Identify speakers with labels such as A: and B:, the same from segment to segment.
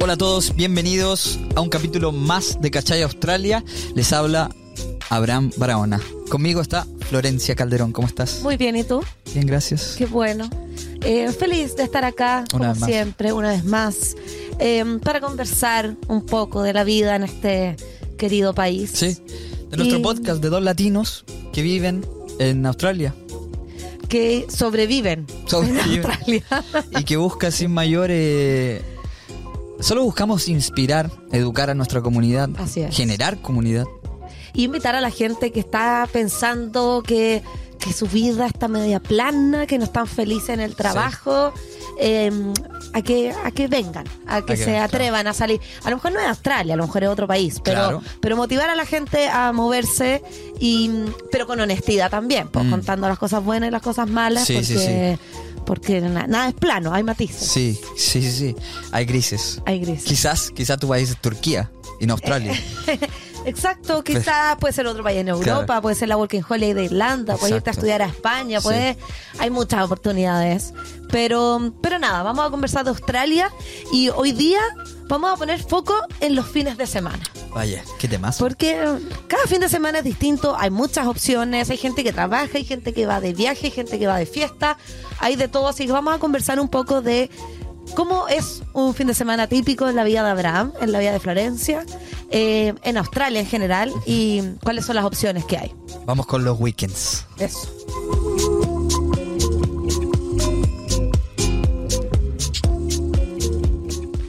A: Hola a todos, bienvenidos a un capítulo más de Cachaya Australia. Les habla Abraham Barahona. Conmigo está Florencia Calderón. ¿Cómo estás?
B: Muy bien, ¿y tú?
A: Bien, gracias.
B: Qué bueno. Eh, feliz de estar acá,
A: Una vez
B: como
A: más.
B: siempre, una vez más, eh, para conversar un poco de la vida en este querido país.
A: Sí, de nuestro
B: Y-
A: podcast de dos latinos que viven en Australia
B: Que sobreviven en
A: Sobreviven.
B: Australia.
A: y que busca sin mayor... eh, Solo buscamos inspirar, educar a nuestra comunidad,
B: Así es.
A: generar comunidad.
B: y invitar a la gente que está pensando que, que su vida está media plana, que no están felices en el trabajo, eh, a, que, a que vengan, a que
A: A que
B: se
A: vengan,
B: atrevan a salir. A lo mejor no es Australia, a lo mejor es otro país, pero,
A: Claro.
B: pero motivar a la gente a moverse, y pero con honestidad también, pues,
A: Mm.
B: contando las cosas buenas y las cosas malas,
A: Sí, sí,
B: porque, porque na- nada es plano, hay matices,
A: Sí, sí, sí, sí. Hay grises.
B: hay grises.
A: Quizás, quizás tu país es Turquía y no Australia.
B: Eh. Exacto, quizás puede ser otro país en Europa,
A: Pues, Claro.
B: puede ser la Working Holiday de Irlanda, puedes irte a
A: Exacto.
B: estudiar a España,
A: Sí.
B: puedes, hay muchas oportunidades. Pero, pero nada, vamos a conversar de Australia y hoy día vamos a poner foco en los fines de semana.
A: Vaya, qué temas.
B: Porque eh, cada fin de semana es distinto, hay muchas opciones, hay gente que trabaja, hay gente que va de viaje, hay gente que va de fiesta, hay de todo, así que vamos a conversar un poco de cómo es un fin de semana típico en la vida de Abraham, en la vida de Florencia, eh, en Australia en general, y cuáles son las opciones que hay.
A: Vamos con los weekends.
B: Eso.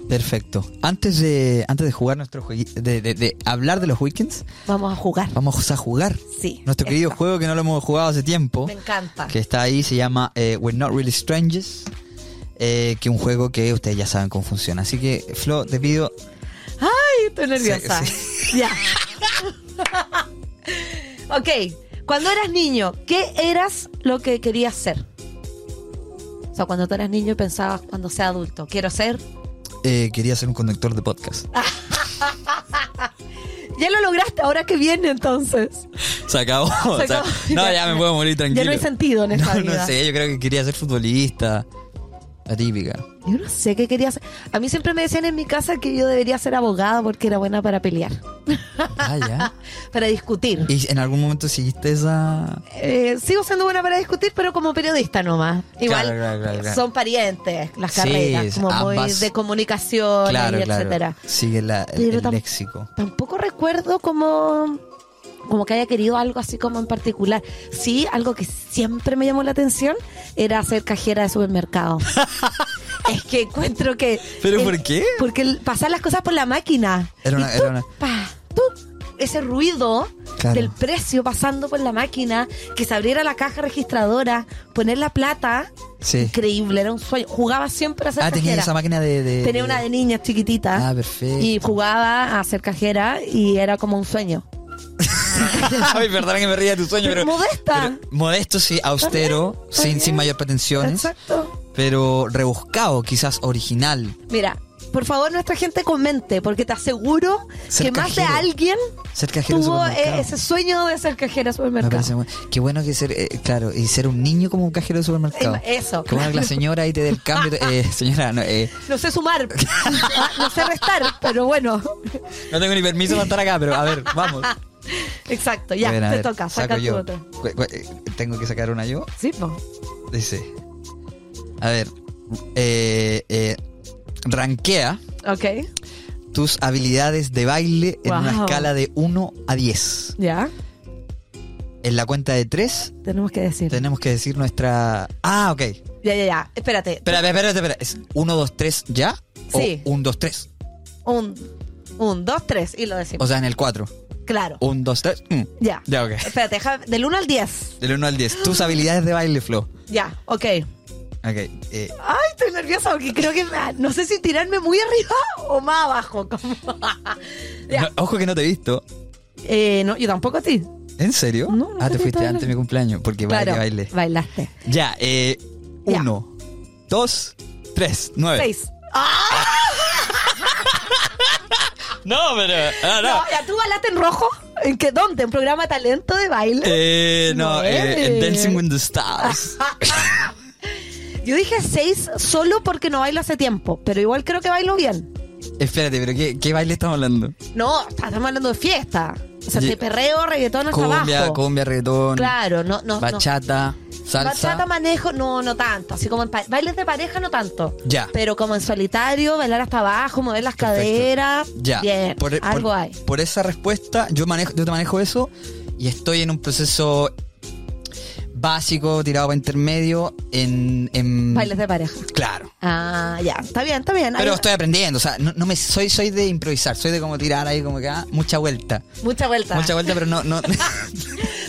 A: Perfecto. Antes de, antes de jugar nuestro juegui- de, de- de hablar de los weekends,
B: Vamos a jugar.
A: vamos a jugar
B: Sí.
A: nuestro querido
B: eso.
A: juego que no lo hemos jugado hace tiempo,
B: Me encanta.
A: que está ahí, se llama eh, We're Not Really Strangers, eh, que es un juego que ustedes ya saben cómo funciona. Así que, Flo, te pido...
B: Ay, estoy nerviosa. Ya. ok. Cuando eras niño, ¿qué eras lo que querías ser? O sea, cuando tú eras niño pensabas, cuando sea adulto, quiero ser.
A: eh, quería ser un conductor de podcast.
B: Ah. Ya lo lograste, ahora que viene entonces.
A: Se acabó. o sea,
B: acabó.
A: no, ya me puedo morir tranquilo.
B: Ya no hay sentido en esta
A: No,
B: vida.
A: no sé, yo creo que quería ser futbolista. La típica.
B: Yo no sé qué quería ser. A mí siempre me decían en mi casa que yo debería ser abogada porque era buena para pelear,
A: Ah, ya.
B: para discutir.
A: ¿Y en algún momento seguiste esa...?
B: Eh, sigo siendo buena para discutir, pero como periodista nomás. Igual
A: Claro, claro, claro, claro.
B: son parientes las
A: Sí,
B: carreras, como muy
A: ambas.
B: de comunicación y etcétera.
A: Sigue la- el,
B: Pero
A: el
B: tam-
A: léxico.
B: Tampoco recuerdo como como que haya querido algo así como en particular. Sí, algo que siempre me llamó la atención era ser cajera de supermercado. es que encuentro que
A: ¿Pero
B: el-
A: por qué?
B: Porque el- pasar las cosas por la máquina.
A: Era
B: Y
A: una-
B: tú,
A: era una-
B: pa, tú, ese ruido
A: Claro.
B: del precio pasando por la máquina, que se abriera la caja registradora, poner la plata,
A: Sí.
B: increíble, era un sueño. Jugaba siempre a ser
A: Ah, tenía
B: cajera.
A: esa máquina de... de-
B: Tenía
A: de-
B: una de niña chiquitita
A: Ah, perfecto.
B: y jugaba a ser cajera y era como un sueño.
A: Ay, perdón que me ría de tu sueño, pero...
B: Pero modesta.
A: pero modesto, sí, austero,
B: También,
A: sin,
B: también.
A: sin mayor pretensiones,
B: Exacto.
A: pero rebuscado, quizás original.
B: Mira, por favor nuestra gente comente, porque te aseguro
A: Ser
B: que más de
A: cajero.
B: alguien
A: Ser cajero de
B: tuvo eh,
A: supermercado.
B: ese sueño de ser cajera de
A: Me
B: supermercado.
A: parece muy- Qué bueno que ser, eh, claro, y ser un niño como un cajero de supermercado.
B: Em, eso,
A: Qué bueno que la
B: claro.
A: señora ahí te dé el cambio. eh, señora, no, eh,
B: No sé sumar, Ah, no sé restar, pero bueno.
A: no tengo ni permiso para estar acá, pero a ver, vamos.
B: Exacto, ya,
A: Bueno, a
B: te
A: ver,
B: toca,
A: saco
B: saca tu
A: yo.
B: otra.
A: Cu- cu- eh, ¿Tengo que sacar una yo?
B: Sí, po.
A: Dice. A ver. Eh, eh, ranquea
B: ok,
A: tus habilidades de baile en una
B: Wow.
A: escala de 1 a 10.
B: ya,
A: En la cuenta de 3
B: tenemos que decir.
A: tenemos que decir nuestra. Ah, ok.
B: Ya, ya, ya, espérate.
A: Espera, espera, espera. espera. ¿Es 1, 2, 3 ya?
B: Sí.
A: O 1, 2, 3.
B: Un, un, dos, tres, y lo decimos.
A: O sea, en el 4.
B: claro,
A: 1, 2, 3.
B: ya.
A: mm, Ya, ok.
B: Espérate, deja- del 1 al 10.
A: Del 1 al 10. Tus habilidades de baile, Flo.
B: Ya, ok.
A: Ok. eh,
B: Ay, estoy nerviosa porque creo que me- no sé si tirarme muy arriba o más abajo. como- Ya.
A: no, ojo que no te he visto.
B: Eh, no, yo tampoco a ti.
A: ¿En serio?
B: No, no
A: ah, te
B: te he
A: fuiste
B: visto
A: antes de
B: bailar.
A: mi cumpleaños. Porque
B: Claro,
A: baile, baile.
B: bailaste.
A: Ya, eh.
B: Ya.
A: Uno, dos, tres, nueve.
B: Seis. ¡Ah!
A: No, pero. ah, no.
B: No, ya tú bailaste en rojo. ¿En qué? ¿Dónde? ¿En programa talento de baile?
A: Eh, no, eh, en
B: Nueve.
A: Dancing with the Stars. Eh.
B: Yo dije seis solo porque no bailo hace tiempo, pero igual creo que bailo bien.
A: Espérate, pero ¿qué, qué baile estamos hablando?
B: No, estamos hablando de fiesta. O sea,
A: Ye-
B: de perreo, reggaetón hasta
A: Cumbia,
B: abajo.
A: cumbia, reggaetón,
B: Claro, no, no, no.
A: bachata, salsa.
B: Bachata manejo, no, no tanto. Así como en pa- bailes de pareja, no tanto.
A: Ya.
B: Pero como en solitario, bailar hasta abajo, mover las
A: Perfecto.
B: caderas.
A: Ya.
B: Bien,
A: por, por-
B: algo hay.
A: por esa respuesta, yo manejo, yo te manejo eso y estoy en un proceso básico, tirado para intermedio, en, en-
B: Bailes de pareja.
A: Claro.
B: Ah, ya. Está bien, está bien.
A: Pero
B: Hay-
A: estoy aprendiendo, o sea, no, no me soy, soy de improvisar, soy de como tirar ahí como que ah, mucha vuelta.
B: Mucha vuelta.
A: Mucha vuelta, pero no, no,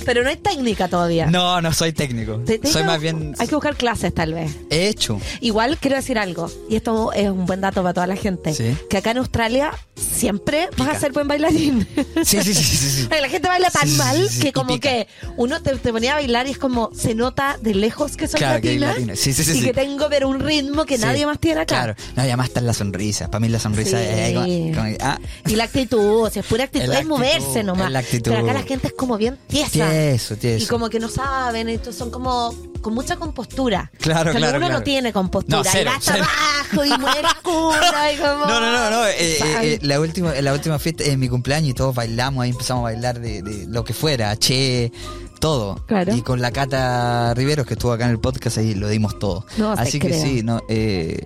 B: Pero no hay técnica todavía.
A: no, no soy técnico.
B: Te- te-
A: Soy
B: hay
A: más
B: que-
A: bien
B: Hay que buscar clases, tal vez.
A: he hecho.
B: Igual quiero decir algo, y esto es un buen dato para toda la gente,
A: Sí.
B: que acá en Australia siempre vas
A: Pica.
B: a ser buen bailarín.
A: Sí, sí, sí, sí, sí.
B: la gente baila tan
A: Sí, sí, sí,
B: mal
A: sí, y
B: que como
A: pica.
B: que uno te, te ponía a bailar y es como se nota de lejos que soy
A: Claro, que es
B: latina,
A: latina. Sí, sí, sí,
B: y
A: sí.
B: que tengo pero un ritmo que
A: Sí.
B: nadie más tiene acá.
A: Claro. No, y además está en la sonrisa. Para mí la sonrisa
B: Sí.
A: es como- como- ah,
B: Y la actitud, o sea, es pura actitud,
A: Es la
B: es moverse
A: actitud,
B: nomás.
A: es la actitud.
B: Pero acá la gente es como bien tiesa.
A: tieso, tieso.
B: Y como que no saben, entonces son como con mucha compostura.
A: Claro,
B: O sea,
A: claro,
B: Uno
A: claro.
B: no tiene compostura.
A: No, cero,
B: y va hasta
A: cero.
B: abajo y muere cura y como.
A: No, no, no, no. eh, eh,
B: Ay.
A: eh, la, última, la última fiesta es mi cumpleaños y todos bailamos, ahí empezamos a bailar de, de lo que fuera, che, todo.
B: Claro.
A: Y con la Cata Riveros que estuvo acá en el podcast ahí lo dimos todo.
B: No, te
A: Así que
B: creo.
A: sí, no, eh,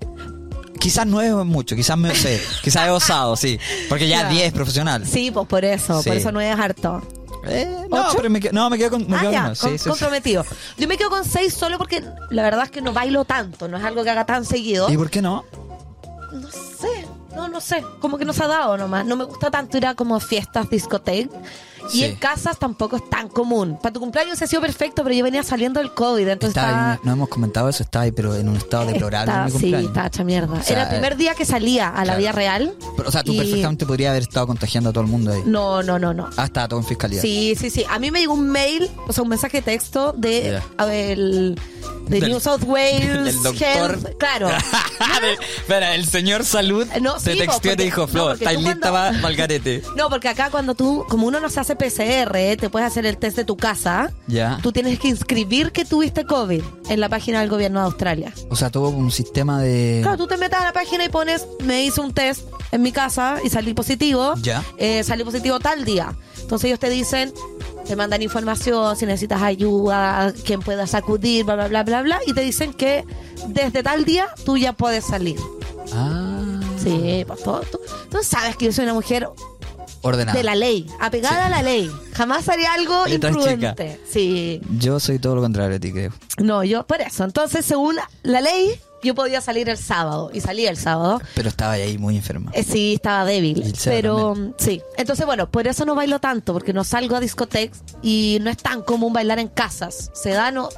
A: quizás no es mucho, quizás me sé, quizás he osado, sí. Porque ya
B: Ya.
A: 10 es profesional.
B: Sí, pues por eso,
A: Sí.
B: por eso no es harto.
A: Eh, no,
B: ¿Ocho?
A: pero me quedo, no, me quedo con... Me
B: ah,
A: quedo
B: ya,
A: con uno, sí,
B: com-
A: sí, sí.
B: comprometido. Yo me quedo con seis solo porque la verdad es que no bailo tanto, no es algo que haga tan seguido.
A: ¿Y por qué no?
B: No sé, no, no sé, como que no se ha dado nomás. No me gusta tanto ir a como fiestas, discotecas. Y
A: Sí.
B: en casas tampoco es tan común. Para tu cumpleaños ha sido perfecto, pero yo venía saliendo del COVID, entonces
A: Estaba
B: estaba-
A: ahí, no hemos comentado eso, estaba ahí, pero en un estado deplorable en
B: Estaba-
A: mi
B: sí,
A: cumpleaños.
B: estaba hecha mierda.
A: O sea, eh,
B: Era el primer día que salía a la
A: claro.
B: vida real.
A: Pero, o sea, tú
B: y-
A: perfectamente podrías haber estado contagiando a todo el mundo ahí.
B: No, no, no, no.
A: Ah, estaba todo en fiscalía.
B: Sí, sí, sí. A mí me llegó un mail, o sea, un mensaje de texto de,
A: Ya.
B: a ver, el- de
A: Del-
B: New South Wales.
A: del doctor.
B: Health- claro.
A: De- Espera, el señor salud
B: No,
A: te
B: sí,
A: texteó
B: porque-
A: y te dijo,
B: no,
A: Flor,
B: porque
A: está
B: tú
A: lista
B: cuando-
A: para el garete.
B: No, porque acá cuando tú, como uno no se hace PCR, te puedes hacer el test de tu casa,
A: Ya.
B: tú tienes que inscribir que tuviste COVID en la página del gobierno de Australia.
A: O sea, tuvo un sistema de...
B: Claro, tú te metes a la página y pones, me hice un test en mi casa y salí positivo.
A: Ya.
B: Eh, salí positivo tal día. Entonces ellos te dicen, te mandan información, si necesitas ayuda, quién pueda sacudir, bla, bla, bla, bla, bla. Y te dicen que desde tal día tú ya puedes salir.
A: Ah.
B: Sí, pues todo. Tú, tú sabes que yo soy una mujer
A: Ordenado.
B: de la ley, apegada a la ley. Jamás haría algo
A: Letra
B: imprudente. Sí.
A: Yo soy todo lo contrario a ti, creo.
B: No, yo, por eso. Entonces, según la ley, yo podía salir el sábado. Y salí el sábado.
A: Pero estaba ahí muy enferma.
B: Eh, Sí, estaba
A: Y
B: débil,
A: el Seba
B: pero mm, sí. Entonces, bueno, por eso no bailo tanto, porque no salgo a discotecas y no es tan común bailar en casas. Se dan o-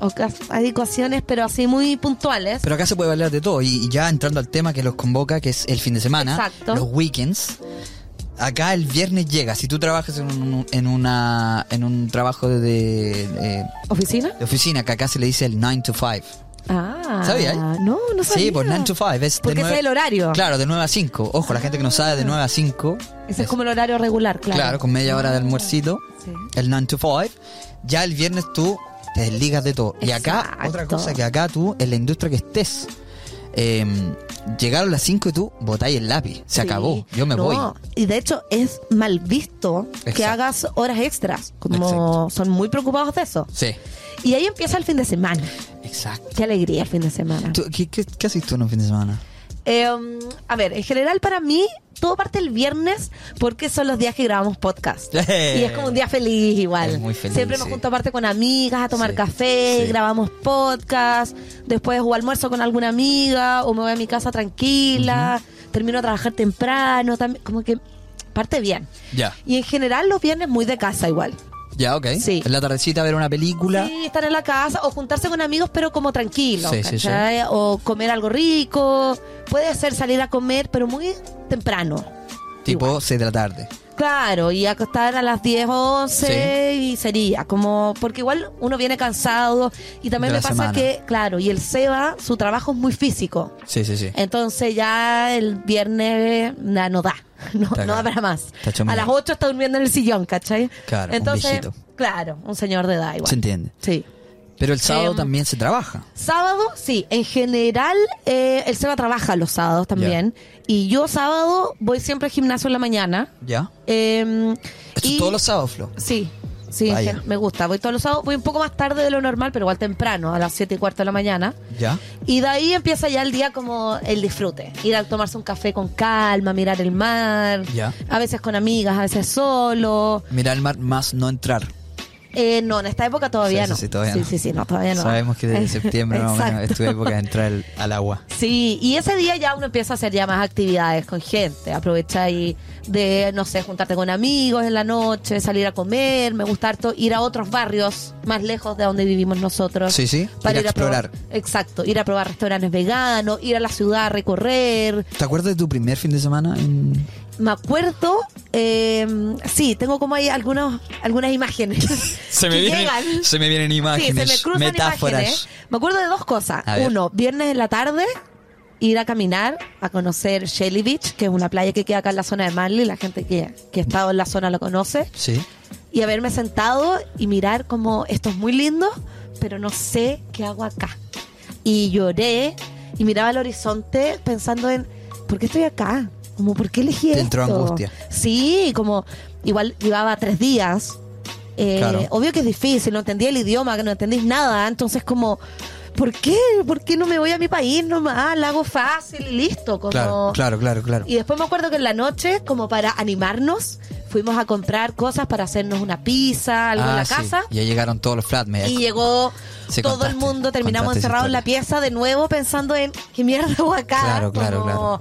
B: ocas- hay ocasiones, pero así muy puntuales.
A: Pero acá se puede bailar de todo. Y y ya entrando al tema que los convoca, que es el fin de semana,
B: Exacto.
A: los weekends. Acá el viernes llega. Si tú trabajas en un, en una, en un trabajo de, de- eh,
B: ¿Oficina?
A: de oficina, que acá se le dice el 9 to 5.
B: Ah.
A: ¿Sabía?
B: No, no sabía.
A: Sí, por 9 to 5. Es de
B: Porque ese
A: nueve-
B: es el horario.
A: Claro, de 9 a 5. Ojo, la gente que no sabe, de 9 a 5.
B: Ese es como el horario regular, claro.
A: Claro, con media hora de almuercito.
B: Sí.
A: El 9 to 5. Ya el viernes tú te desligas de todo. Y acá,
B: Exacto.
A: otra cosa que acá tú, en la industria que estés, eh, llegaron las 5 y tú botáis el lápiz. Se
B: Sí.
A: acabó. Yo me
B: No,
A: voy.
B: Y de hecho es mal visto que
A: Exacto.
B: hagas horas extras, como
A: Exacto.
B: son muy preocupados de eso.
A: Sí,
B: Y ahí empieza el fin de semana.
A: exacto.
B: Qué alegría el fin de semana.
A: ¿Tú- qué, qué, qué haces tú en un fin de semana?
B: Eh, a ver, en general para mí todo parte el viernes porque son los días que grabamos podcast.
A: Eh.
B: Y es como un día feliz igual.
A: Es muy feliz,
B: Siempre me
A: sí.
B: junto aparte con amigas a tomar
A: Sí,
B: café,
A: sí.
B: grabamos podcast, después o almuerzo con alguna amiga o me voy a mi casa tranquila, termino a trabajar temprano, también, como que parte bien.
A: Ya.
B: Y en general los viernes muy de casa igual.
A: Ya, ok.
B: Sí.
A: En la tardecita ver una película.
B: Sí, estar en la casa o juntarse con amigos, pero como tranquilo.
A: Sí, sí, sí.
B: ¿cachai? O comer algo rico. Puede ser salir a comer, pero muy temprano.
A: Tipo 6 de la tarde.
B: Claro, y acostar a las 10 o 11 y sería como. Porque igual uno viene cansado y también
A: De la
B: me pasa
A: semana.
B: que, claro, y el Seba, su trabajo es muy físico.
A: Sí, sí, sí.
B: Entonces ya el viernes na, no da, no,
A: Está
B: no
A: claro.
B: da para más.
A: Está hecho
B: A
A: mierda.
B: las 8 está durmiendo en el sillón, ¿cachai?
A: Claro, un
B: Entonces,
A: viejito.
B: claro, un señor de edad igual.
A: Se entiende.
B: Sí.
A: Pero el sábado
B: Em,
A: también se trabaja.
B: Sábado, sí. En general, eh, el Seba trabaja los sábados también. Y yo sábado voy siempre al gimnasio en la mañana.
A: ¿Ya?
B: Em,
A: Esto
B: y-
A: todos los sábados, Flo.
B: Sí, sí, en
A: Vaya.
B: gen- me gusta. Voy todos los sábados, voy un poco más tarde de lo normal, pero igual temprano, a las 7 y cuarto de la mañana.
A: ¿Ya?
B: Y de ahí empieza ya el día como el disfrute. Ir a tomarse un café con calma, mirar el mar.
A: Ya.
B: A veces con amigas, a veces solo.
A: Mirar el mar más no entrar.
B: Eh, no, en esta época todavía
A: Sí,
B: no.
A: sí, sí, todavía
B: sí,
A: no.
B: sí, sí, no, todavía no.
A: Sabemos que desde
B: Eh,
A: septiembre más o menos
B: exacto.
A: es tu época de entrar el- al agua.
B: Sí, y ese día ya uno empieza a hacer ya más actividades con gente. Aprovechar y de, no sé, juntarte con amigos en la noche, salir a comer. Me gusta harto ir a otros barrios más lejos de donde vivimos nosotros.
A: Sí, sí, ir a explorar.
B: probar- exacto, ir a probar restaurantes veganos, ir a la ciudad a recorrer.
A: ¿Te acuerdas de tu primer fin de semana? en-
B: Me acuerdo, eh, sí, tengo como ahí algunos, algunas imágenes. que llegan.
A: se me vienen
B: Sí, se me cruzan imágenes. ¿eh? Me acuerdo de dos cosas.
A: A ver.
B: Uno, viernes en la tarde, ir a caminar, a conocer Shelly Beach, que es una playa que queda acá en la zona de Manly, la gente que, que ha estado en la zona lo conoce,
A: Sí.
B: y haberme sentado y mirar como esto es muy lindo, pero no sé qué hago acá. Y lloré y miraba al horizonte pensando en, ¿por qué estoy acá? Como, ¿por qué elegí
A: Te
B: esto?
A: entró angustia.
B: Sí, como, igual llevaba tres días. Eh,
A: Claro.
B: Obvio que es difícil, no entendía el idioma, que no entendís nada. Entonces, como, ¿por qué? ¿Por qué no me voy a mi país nomás? La hago fácil y listo. Como...
A: Claro, claro, claro, claro.
B: Y después me acuerdo que en la noche, como para animarnos, fuimos a comprar cosas para hacernos una pizza, algo en
A: Ah,
B: la
A: sí.
B: casa.
A: Ya llegaron todos los flat, me
B: Y llegó
A: Sí,
B: todo
A: contaste,
B: el mundo, terminamos
A: contaste esa
B: encerrados en la
A: historia.
B: pieza de nuevo pensando en qué mierda hago acá.
A: Claro, claro,
B: Como,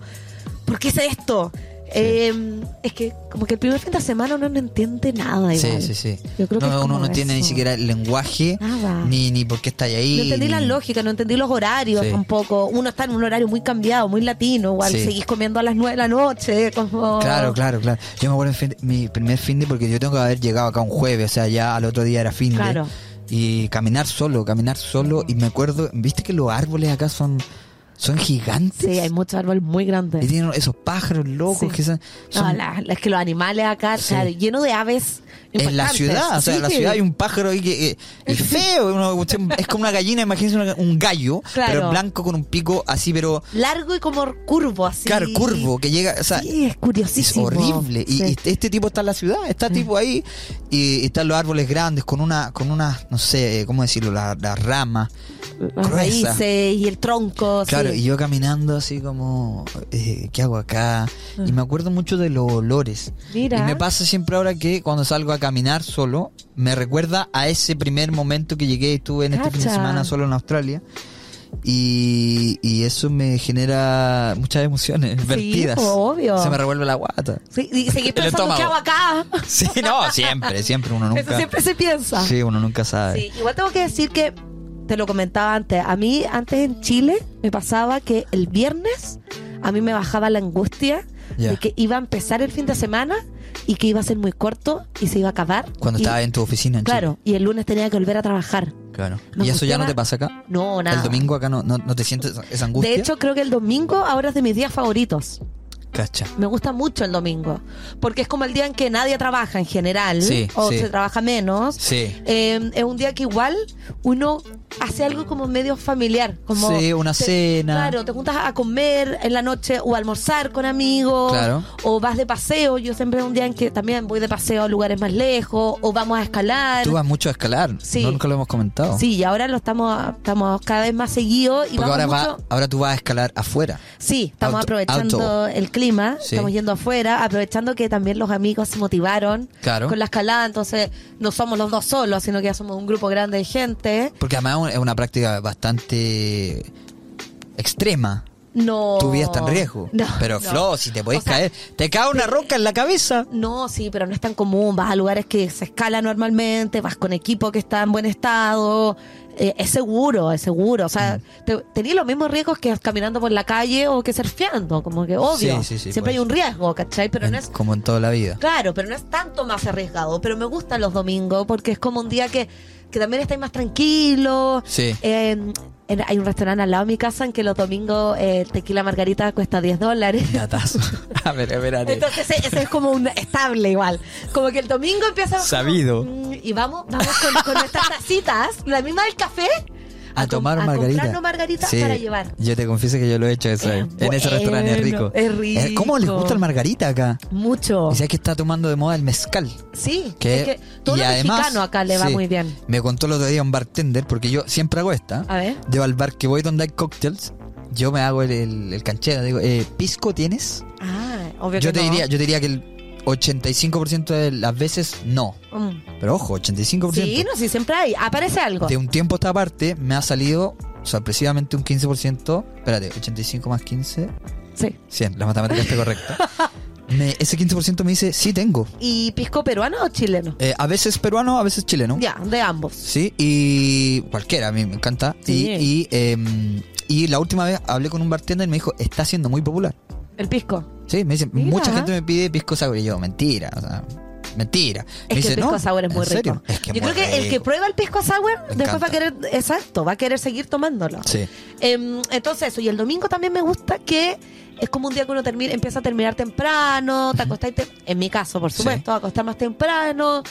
B: ¿Por qué hice esto? Eh, es que como que el primer fin de semana uno no entiende nada.
A: Sí,
B: igual.
A: sí, sí.
B: Yo creo que
A: No,
B: es
A: uno
B: como
A: no tiene ni
B: eso.
A: siquiera el lenguaje,
B: Nada.
A: ni, ni por qué está ahí.
B: No entendí
A: ni-
B: la lógica, no entendí los horarios
A: Sí.
B: tampoco. Uno está en un horario muy cambiado, muy latino, igual
A: Sí.
B: seguís comiendo a las nueve de la noche. Como...
A: Claro, claro, claro. Yo me acuerdo en fin- mi primer fin de porque yo tengo que haber llegado acá un jueves, o sea, ya al otro día era fin de.
B: Claro.
A: Y caminar solo, caminar solo. Y me acuerdo, ¿viste que los árboles acá son, son gigantes?
B: Sí, hay muchos árboles muy
A: Y
B: grandes.
A: tienen esos pájaros locos
B: Sí.
A: que son,
B: No,
A: son-
B: la- la- es que los animales acá,
A: Sí.
B: claro, lleno de aves.
A: en la
B: impactantes.
A: ciudad, o sea, en la
B: Sí.
A: ciudad hay un pájaro ahí que eh, es feo, una cuestión- es como una gallina, imagínense una- un gallo,
B: Claro.
A: pero blanco con un pico así, pero
B: Largo y como curvo, así.
A: claro, curvo, que llega, o sea,
B: Sí, es
A: es
B: curiosísimo.
A: horrible. Y,
B: Sí. Mm.
A: y este tipo está en la ciudad, está tipo ahí, y, están los árboles grandes con una, con una, no sé, eh, ¿cómo decirlo? La, la rama.
B: Las
A: gruesa.
B: raíces y el tronco.
A: Claro,
B: Oh, sí.
A: y yo caminando así como, eh, ¿qué hago acá? Y me acuerdo mucho de los olores.
B: Ah. Mira.
A: Y me pasa siempre ahora que cuando salgo a caminar solo, me recuerda a ese primer momento que llegué y estuve en este fin de
B: Cacha.
A: semana solo en Australia. Y, y eso me genera muchas emociones vertidas.
B: obvio.
A: Se me revuelve la guata.
B: Sí, y seguís
A: El
B: pensando, ¿qué
A: estómago.
B: hago acá?
A: Sí, no, siempre, siempre uno nunca.
B: Eso siempre se piensa.
A: Sí, uno nunca sabe.
B: Sí, igual tengo que decir que te lo comentaba antes. A mí, antes en Chile, me pasaba que el viernes a mí me bajaba la angustia
A: Ya.
B: de que iba a empezar el fin de semana y que iba a ser muy corto y se iba a acabar.
A: Cuando
B: Y-
A: estaba en tu oficina, en Chile.
B: Claro, y el lunes tenía que volver a trabajar.
A: Claro.
B: Me
A: ¿Y eso ya no
B: angustiaba-
A: te pasa acá?
B: No, nada.
A: El domingo acá no, no, no te sientes esa angustia.
B: De hecho, creo que el domingo ahora es de mis días favoritos.
A: cacha.
B: Me gusta mucho el domingo, porque es como el día en que nadie trabaja en general,
A: Sí,
B: o
A: sí.
B: se trabaja menos.
A: Sí.
B: Eh, es un día que igual uno hace algo como medio familiar. Como
A: Sí, una
B: te-
A: cena.
B: Claro, te juntas a comer en la noche o a almorzar con amigos.
A: Claro.
B: O vas de paseo. Yo siempre es un día en que también voy de paseo a lugares más lejos. O vamos a escalar.
A: Tú vas mucho a escalar.
B: Sí.
A: Nunca lo hemos comentado.
B: Sí, y ahora lo estamos, estamos cada vez más seguidos y
A: Porque
B: vamos
A: ahora,
B: mucho.
A: va, ahora tú vas a escalar afuera.
B: Sí, estamos
A: Auto-
B: aprovechando
A: outdoor.
B: el clima,
A: Sí.
B: estamos yendo afuera, aprovechando que también los amigos se motivaron
A: Claro.
B: con la escalada, entonces no somos los dos solos, sino que ya somos un grupo grande de gente.
A: Porque además es una práctica bastante extrema.
B: No.
A: Tu vida está en riesgo.
B: Oh. No,
A: Pero
B: no.
A: Flo, si te podés
B: O sea,
A: caer, te cae una roca en la cabeza.
B: No, sí, pero no es tan común. Vas a lugares que se escala normalmente, vas con equipo que está en buen estado. eh, es seguro, es seguro. O sea,
A: Mm.
B: te- tenés los mismos riesgos que caminando por la calle o que surfeando. Como que
A: Sí,
B: obvio.
A: sí, sí,
B: Siempre
A: pues.
B: hay un riesgo, ¿cachai? Pero
A: En-
B: no es.
A: Como en toda la vida.
B: Claro, pero no es tanto más arriesgado. Pero me gustan los domingos porque es como un día que que también estáis más tranquilos.
A: Sí.
B: Eh, en- hay un restaurante al lado de mi casa en que los domingos eh, el tequila margarita cuesta 10 dólares.
A: Datazo. A ver, a ver, a ver.
B: Entonces ese, ese es como un estable igual. Como que el domingo empieza como,
A: Sabido.
B: mm, y vamos, vamos con, con nuestras tacitas, la misma del café.
A: a
B: com-
A: tomar margarita.
B: A comprarnos margarita
A: Sí,
B: para llevar.
A: Yo te confieso que yo lo he hecho eso. eh.
B: Es
A: en ese
B: bueno,
A: restaurante es rico.
B: es
A: Eh, ¿Cómo les
B: rico. Oh.
A: gusta el margarita acá?
B: Mucho.
A: Y sabes que está tomando de moda el mezcal.
B: Sí,
A: Que,
B: es que todo
A: y
B: lo
A: además,
B: mexicano acá le va
A: sí,
B: muy bien.
A: Me contó el otro día un bartender, porque yo siempre hago esta.
B: A ver.
A: Yo al bar que voy donde hay cócteles, yo me hago el, el, el canchero. Digo, eh, ¿pisco tienes?
B: Ah, obvio
A: Yo
B: que
A: te,
B: no.
A: diría, yo te diría que el 85% de las veces no.
B: Mm.
A: Pero ojo, 85%.
B: Sí, no, sí, siempre hay. Aparece algo.
A: De un tiempo a esta parte me ha salido sorpresivamente un 15%. Espérate, 85 más 15,
B: Sí.
A: 100. La matemática está correcta. Me- ese 15% me dice, sí tengo.
B: ¿Y pisco peruano o chileno?
A: Eh, a veces peruano, a veces chileno.
B: Ya, de ambos.
A: Sí, y cualquiera, a mí me encanta.
B: Sí.
A: Y, y, em, y la última vez hablé con un bartender y me dijo, está siendo muy popular.
B: El pisco.
A: Sí, me dicen,
B: Mira.
A: mucha gente me pide pisco sour. Y yo, mentira, o sea, mentira.
B: Es
A: me
B: que
A: dice,
B: el pisco
A: "No,
B: sour es muy
A: ¿en serio?
B: rico.
A: Es que es
B: Yo
A: muy
B: creo que el que
A: rico".
B: prueba el pisco sour después va
A: encanta.
B: a querer, exacto, va a querer seguir tomándolo.
A: Sí,
B: Em, entonces eso, y el domingo también me gusta que es como un día que uno termina, empieza a terminar temprano, te acostás, te- en mi caso, por
A: Sí.
B: supuesto, acostar más temprano.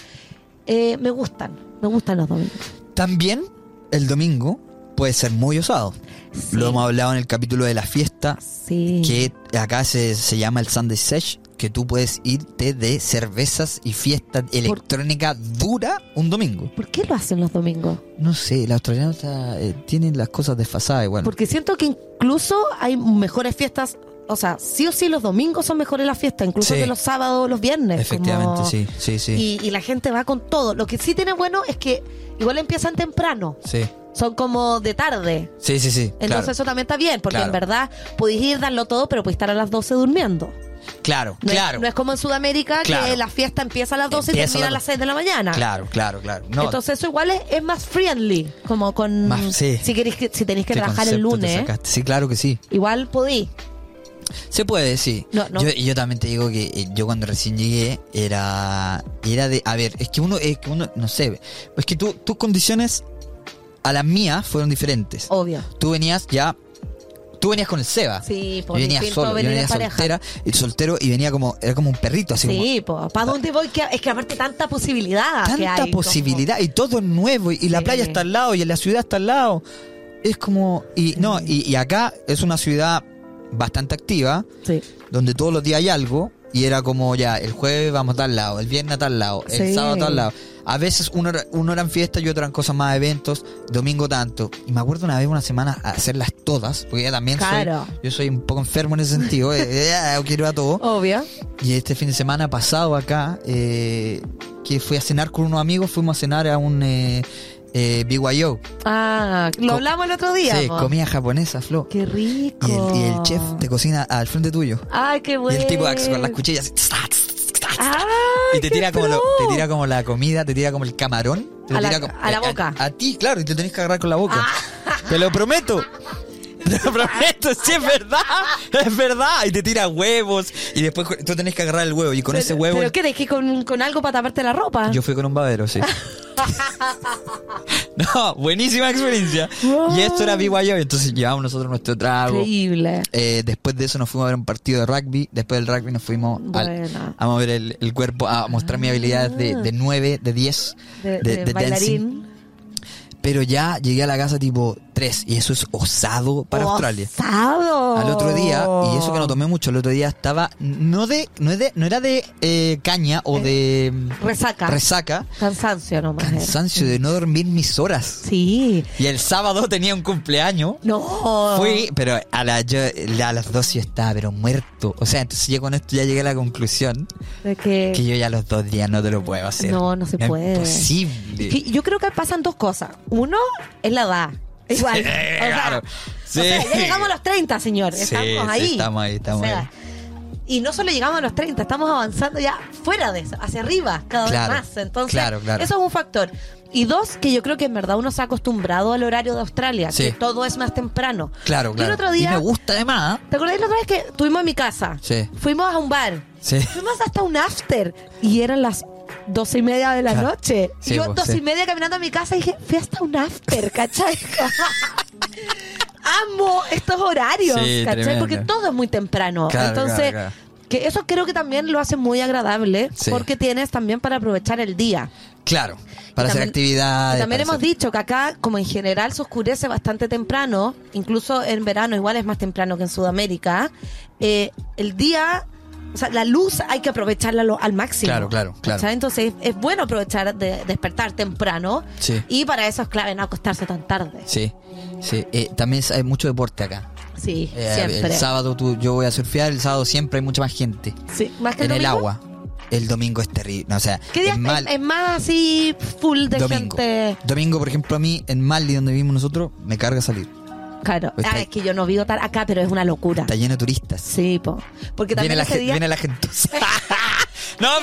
B: Eh, me gustan, me gustan los domingos.
A: También el domingo puede ser muy osado.
B: Sí.
A: Lo hemos hablado en el capítulo de la fiesta,
B: Sí.
A: que acá se, se llama el Sunday Sesh, que tú puedes irte de cervezas y fiesta electrónica dura un domingo.
B: ¿Por qué lo hacen los domingos?
A: No sé, los australianos está- eh, tienen las cosas desfasadas igual.
B: Porque siento que incluso hay mejores fiestas, o sea, sí o sí los domingos son mejores las fiestas, incluso
A: Sí.
B: que los sábados, los viernes.
A: Efectivamente,
B: como-
A: sí, sí, sí.
B: Y, y la gente va con todo. Lo que sí tiene bueno es que igual empiezan temprano.
A: sí.
B: Son como de tarde.
A: Sí, sí, sí.
B: Entonces
A: claro.
B: eso también está bien, porque
A: Claro.
B: en verdad podéis ir, darlo todo, pero podéis estar a las 12 durmiendo.
A: claro,
B: No, es-
A: claro,
B: no es como en Sudamérica
A: Claro.
B: que la fiesta empieza a las 12
A: Empieza
B: y termina
A: a
B: a
A: las
B: las 6 de la mañana.
A: claro, claro, claro. No,
B: Entonces eso igual es, es más friendly, como con...
A: Más- sí.
B: si, queréis que- si tenéis que
A: qué
B: trabajar el
A: concepto te
B: lunes,
A: sacaste. Sí, claro que sí.
B: igual podéis.
A: Se puede, sí.
B: No, no.
A: Yo, y yo también te digo que eh, yo cuando recién llegué era era de, a ver, es que uno es que uno no sé, es que tú tus condiciones a las mías fueron diferentes.
B: Obvio.
A: Tú venías ya tú venías con el Seba.
B: Oh. Sí,
A: Yo
B: por
A: venía
B: distinto
A: solo, yo
B: venir
A: venía
B: en pareja.
A: soltera, y soltero y venía como era como un perrito así como
B: Sí, pues, ¿para dónde voy? Que, es que aparte tanta posibilidad. que
A: tanta
B: hay, como-
A: posibilidad y todo es nuevo y, y la
B: Sí.
A: playa está al lado y la ciudad está al lado. Es como y no, y, y acá es una ciudad bastante activa.
B: Sí.
A: donde todos los días hay algo y era como ya, el jueves vamos a tal lado, el viernes a tal lado, el
B: Sí.
A: sábado a tal lado. A veces uno era, uno era en fiesta y otro eran cosas más eventos, domingo tanto. Y me acuerdo una vez, una semana, a hacerlas todas, porque ya también
B: Claro.
A: soy, yo soy un poco enfermo en ese sentido, eh, eh, yo quiero ir a todo.
B: Obvio.
A: Y este fin de semana pasado acá, eh, que fui a cenar con unos amigos, fuimos a cenar a un eh, eh, BYO.
B: Ah, lo
A: Co-
B: hablamos el otro día.
A: Sí,
B: po.
A: comida japonesa, Flo.
B: Qué rico.
A: Y el, y el chef
B: Oh.
A: te cocina al frente tuyo.
B: Ay, qué
A: Y
B: bueno.
A: el tipo con las cuchillas.
B: Ay,
A: y te
B: Pues. Ah, qué
A: tira, como lo-
B: pro.
A: te tira como la comida, te tira como el camarón. te lo
B: A la-
A: tira como-
B: a la boca. Ah.
A: A, ti, claro, y te lo tenés que agarrar con la boca. Te lo prometo. Te lo prometo, sí, es verdad. Es verdad. Y te tira huevos. Y después cu- tú tenés que agarrar el huevo. Y con ese huevo.
B: ¿Pero qué? ¿Dejé con, con algo para taparte la ropa?
A: Yo fui con un babero, sí. no, buenísima experiencia. Y esto era BYO. y Entonces llevamos nosotros nuestro trago.
B: Increíble.
A: Eh, después de eso nos fuimos a ver un partido de rugby. Después del rugby nos fuimos al-
B: Buena. Ah.
A: a mover el, el cuerpo, a mostrar mis habilidades de, de 9, de 10,
B: De,
A: de,
B: de
A: de dancing.
B: bailarín.
A: Pero ya llegué a la casa tipo 3 y eso es osado para Australia.
B: Osado.
A: Al otro día, y eso que no tomé mucho, el otro día estaba, no de no, es de, no era de eh, caña o de mm,
B: Resaca.
A: resaca,
B: Cansancio nomás. era.
A: cansancio de no dormir mis horas.
B: Sí.
A: Y el sábado tenía un cumpleaños.
B: No.
A: Fui, pero a, la- yo- a las 2 yo estaba, pero muerto. O sea, entonces yo con esto ya llegué a la conclusión
B: De que-
A: que yo ya a los dos días no te lo puedo hacer.
B: No, no se
A: Es
B: puede.
A: Imposible.
B: Sí, Yo creo que pasan dos cosas. Uno es la edad. Igual.
A: Sí,
B: O sea,
A: claro. Sí.
B: o sea, ya llegamos a los 30, señor.
A: Sí,
B: Estamos
A: sí,
B: ahí.
A: estamos ahí, estamos ahí.
B: Y no solo llegamos a los 30, estamos avanzando ya fuera de eso, hacia arriba, cada
A: Claro,
B: vez más. Entonces,
A: claro, claro.
B: eso es un factor. Y dos, que yo creo que en verdad uno se ha acostumbrado al horario de Australia,
A: Sí.
B: que todo es más temprano.
A: Claro,
B: Y
A: claro.
B: el otro día,
A: me gusta además. ¿eh?
B: ¿te acordás la otra vez que estuvimos en mi casa?
A: Sí.
B: Fuimos a un bar.
A: Sí.
B: Fuimos hasta un after y eran las doce y media de la
A: Claro.
B: noche.
A: Sí,
B: Y yo
A: pues,
B: doce
A: sí.
B: y media caminando a mi casa y dije, fui hasta un after, ¿cachai? Amo estos horarios,
A: Sí,
B: ¿cachai?
A: tremendo.
B: Porque todo es muy temprano.
A: Claro,
B: Entonces,
A: claro,
B: que eso creo que también lo hace muy agradable
A: Sí.
B: porque tienes también para aprovechar el día.
A: Claro, para
B: Y
A: hacer
B: también-
A: actividades.
B: y También
A: para
B: hemos
A: hacer-
B: dicho que acá, como en general, se oscurece bastante temprano, incluso en verano, igual es más temprano que en Sudamérica. eh, el día, o sea, la luz hay que aprovecharla lo- al máximo.
A: Claro, claro, claro.
B: ¿Cachai? Entonces es bueno aprovechar de despertar temprano
A: Sí.
B: y para eso es clave no acostarse tan tarde.
A: Sí, sí. Eh, también hay mucho deporte acá.
B: Sí,
A: Eh,
B: siempre.
A: El sábado tú- yo voy a surfear, el sábado siempre hay mucha más gente.
B: Sí, más que
A: En el
B: domingo.
A: agua. El domingo es terrible. No, o sea,
B: ¿Qué día
A: es
B: es,
A: mal.
B: es más así full de
A: domingo.
B: gente?
A: Domingo, por ejemplo, a mí, en Mali, donde vivimos nosotros, me carga salir.
B: Claro.
A: Pues
B: Ah,
A: está-
B: es que yo no vivo tan acá, pero es una locura.
A: Está lleno de turistas.
B: Sí, po. porque
A: Viene
B: también
A: la,
B: ese
A: gen-
B: día
A: viene la gente.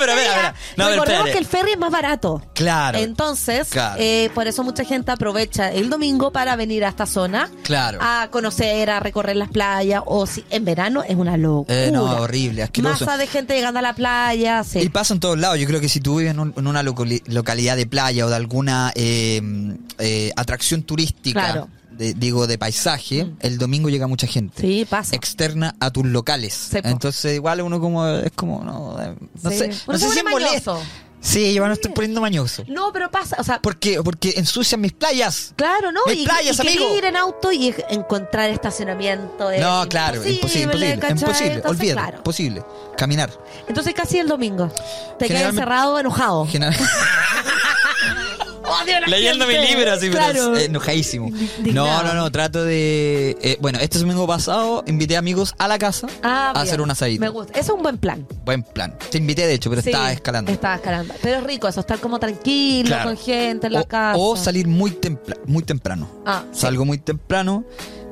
A: no, pero a ver, a ver. No, a ver,
B: Recordemos
A: espérate.
B: que el ferry es más barato.
A: Claro.
B: Entonces,
A: Claro.
B: eh, por eso mucha gente aprovecha el domingo para venir a esta zona
A: Claro.
B: a conocer, a recorrer las playas. O si en verano es una locura.
A: Eh, no, horrible, asqueroso.
B: Masa de gente llegando a la playa. sí.
A: Y pasa en todos lados. Yo creo que si tú vives en, un- en una locali- localidad de playa o de alguna eh, eh, atracción turística,
B: Claro. Mm.
A: de- digo, de paisaje, el domingo llega mucha gente.
B: Sí, pasa.
A: externa a tus locales.
B: Sí, po.
A: Entonces, igual uno como es como no, eh, no
B: Sí.
A: sé,
B: Uno
A: no
B: se
A: sé si
B: pone
A: es molesto.
B: mañoso.
A: Sí, yo me estoy poniendo mañoso.
B: No, pero pasa. O sea,
A: ¿Por qué? Porque ensucian mis playas.
B: Claro, ¿no?
A: Mis
B: y
A: playas,
B: y querer
A: amigo.
B: ir en auto y encontrar estacionamiento. es
A: no, claro, imposible, imposible,
B: ¿cachai?
A: imposible,
B: Entonces,
A: olvídate,
B: claro.
A: imposible. Caminar.
B: Entonces casi el domingo. Te
A: Generalmente-
B: quedas encerrado, enojado.
A: General-
B: Odio a Oh. la
A: Leyendo mi
B: gente.
A: libro así, pero
B: Claro.
A: es- eh, enojadísimo. No,
B: Indignado.
A: no, no, trato de... eh, bueno, este domingo pasado invité amigos a la casa
B: Ah,
A: a
B: bien.
A: hacer un asadito.
B: Me gusta. Es un buen plan.
A: Buen plan. Te invité, de hecho, pero
B: Sí,
A: estaba escalando.
B: Estaba escalando. Pero es rico eso, estar como tranquilo,
A: Claro.
B: con gente en la
A: o,
B: casa.
A: o salir muy, templa- muy temprano.
B: Ah, sí.
A: Salgo muy temprano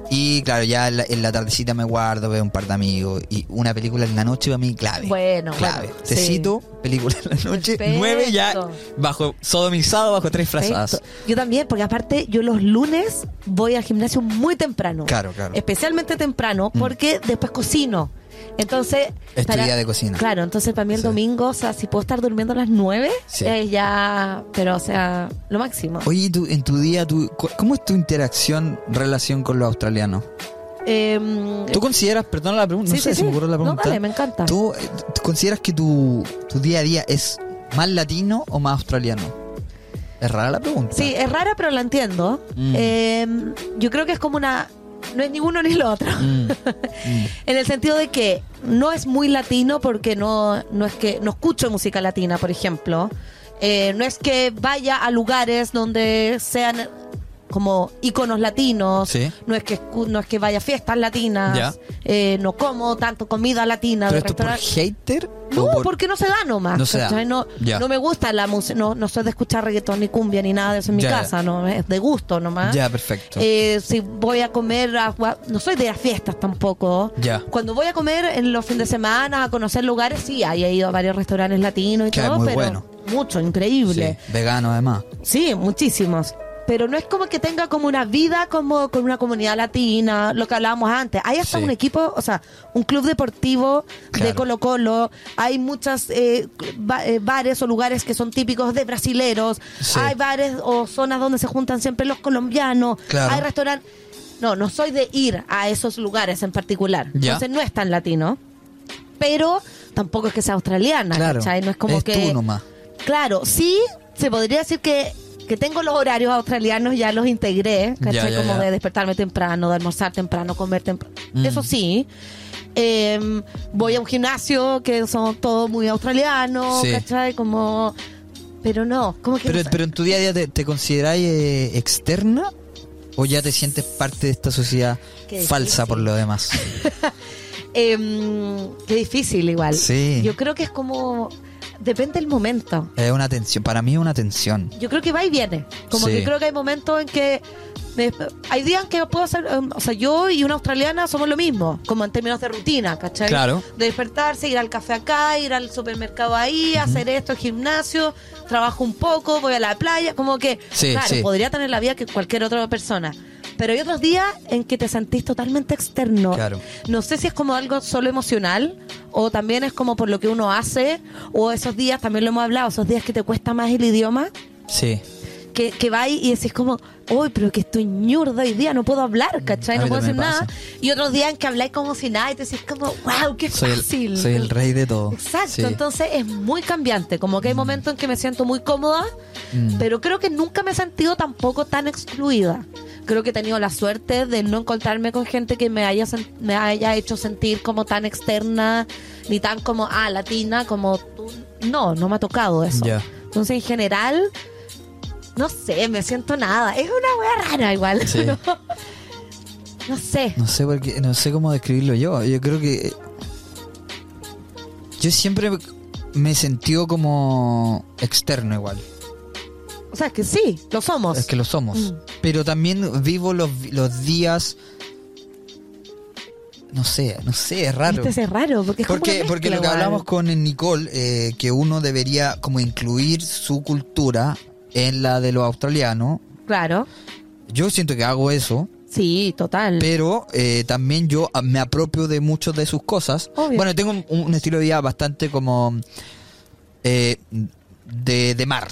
A: y claro, ya en la, en la tardecita me guardo, veo un par de amigos y una película en la noche para mí clave.
B: Bueno,
A: clave.
B: bueno,
A: Te
B: sí.
A: cito, película en la noche,
B: Perfecto.
A: nueve ya bajo sodomizado bajo tres frazadas.
B: Perfecto. Yo también, porque aparte yo los lunes voy al gimnasio muy temprano.
A: Claro, claro. Mm.
B: Especialmente temprano porque después cocino. Entonces...
A: Es tu día de cocina.
B: Claro, entonces para mí el
A: Sí.
B: domingo, o sea, si puedo estar durmiendo a las 9,
A: Sí.
B: eh, ya... Pero, o sea, lo máximo.
A: Oye, tú, en tu día, tú, cu- ¿cómo es tu interacción, relación con los australianos?
B: Em,
A: ¿Tú consideras, perdona la pregunta, no
B: Sí,
A: sé
B: sí,
A: si me
B: sí.
A: ocurre la
B: No,
A: pregunta?
B: dale, me encanta.
A: ¿Tú, eh, tú consideras que tu, tu día a día es más latino o más australiano? Es rara la pregunta.
B: Sí, es rara, pero la entiendo.
A: Mm.
B: Eh, yo creo que es como una... No es ninguno ni lo otro.
A: Mm.
B: En el sentido de que no es muy latino porque no, no es que no escucho música latina, por ejemplo. Eh, no es que vaya a lugares donde sean como iconos latinos.
A: Sí.
B: No es que escu- no es que vaya a fiestas latinas.
A: Ya.
B: Eh, no como tanto comida latina.
A: ¿Pero
B: de
A: esto por
B: restaurantes.
A: hater?
B: No,
A: o por-
B: porque no se da nomás.
A: No se da.
B: ¿cachai? No,
A: Ya.
B: no me gusta la música, no, no soy de escuchar reggaetón ni cumbia ni nada de eso en mi
A: Ya, ya.
B: casa, no es de gusto nomás.
A: Ya, perfecto.
B: Eh, si voy a comer, a- a- no soy de las fiestas tampoco.
A: Ya.
B: Cuando voy a comer en los fines de semana a conocer lugares, sí, ahí he ido a varios restaurantes latinos y
A: Que es
B: todo,
A: muy
B: pero
A: bueno.
B: mucho,
A: Sí,
B: increíble.
A: vegano además.
B: Sí. muchísimos. Pero no es como que tenga como una vida como con una comunidad latina, lo que hablábamos antes. Hay hasta
A: Sí.
B: un equipo, o sea, un club deportivo de
A: Claro.
B: Colo Colo. Hay muchos eh, bares o lugares que son típicos de brasileros.
A: Sí.
B: Hay bares o zonas donde se juntan siempre los colombianos.
A: Claro.
B: Hay restaurantes. No, no soy de ir a esos lugares en particular.
A: Ya.
B: Entonces no es tan latino. Pero tampoco es que sea australiana,
A: Claro.
B: ¿cachai? No es como
A: Es
B: que...
A: tú nomás.
B: Claro, sí, se podría decir que, que tengo los horarios australianos, ya los integré, ¿cachai?
A: ya,
B: como
A: ya.
B: de despertarme temprano, de almorzar temprano, comer temprano.
A: Mm.
B: Eso sí. Em, voy a un gimnasio que son todos muy australianos,
A: Sí.
B: ¿cachai? Como. Pero no, como que.
A: Pero,
B: no sé.
A: pero en tu día a día, ¿te, te consideráis eh, externa? ¿O ya te sientes parte de esta sociedad
B: Qué
A: falsa
B: difícil.
A: por lo demás?
B: Em, qué difícil igual.
A: Sí.
B: Yo creo que es como. Depende del momento.
A: Es una tensión, para mí es una tensión.
B: yo creo que va y viene. Como
A: Sí.
B: que creo que hay momentos en que. me- hay días en que puedo ser. em, o sea, yo y una australiana somos lo mismo, como en términos de rutina, ¿cachai?
A: Claro.
B: De despertarse, ir al café acá, ir al supermercado ahí, hacer esto, gimnasio, trabajo un poco, voy a la playa, como que.
A: Sí,
B: claro,
A: sí.
B: podría tener la vida que cualquier otra persona. Pero hay otros días en que te sentís totalmente externo.
A: Claro.
B: No sé si es como algo solo emocional o también es como por lo que uno hace, o esos días, también lo hemos hablado, esos días que te cuesta más el idioma,
A: Sí.
B: que, que vais y decís como, uy, pero que estoy ñurda hoy día, no puedo hablar, ¿cachai?
A: Mm, a
B: No
A: mí
B: puedo decir
A: también
B: nada.
A: pasa.
B: Y otros días en que habláis como si nada y te decís como, wow, qué
A: Soy
B: fácil.
A: el, soy el rey de todo.
B: Exacto,
A: Sí. Mm.
B: entonces es muy cambiante, como que hay momentos en que me siento muy cómoda, pero creo que nunca me he sentido tampoco tan excluida. Creo que he tenido la suerte de no encontrarme con gente que me haya, sen- me haya hecho sentir como tan externa, ni tan como, ah, latina, como tú. No, no me ha tocado eso.
A: Ya.
B: Entonces, en general, no sé, me siento nada. Es una wea rara igual.
A: Sí.
B: ¿no? No sé.
A: No sé por qué- no sé cómo describirlo yo. Yo creo que eh, yo siempre me he sentido como externo igual.
B: O sea, es que sí, lo somos.
A: Es que lo somos.
B: Mm.
A: Pero también vivo los, los días no sé, no sé, es raro.
B: Este es raro, porque es como
A: Porque,
B: una
A: porque
B: mezcla
A: lo que
B: igual.
A: hablamos con el Nicole, eh, que uno debería como incluir su cultura en la de los australianos.
B: Claro.
A: Yo siento que hago eso,
B: Sí, total.
A: pero eh, también yo ah, me apropio de muchas de sus cosas.
B: Obvio.
A: Bueno, tengo un, un estilo de vida bastante como eh, de, de mar.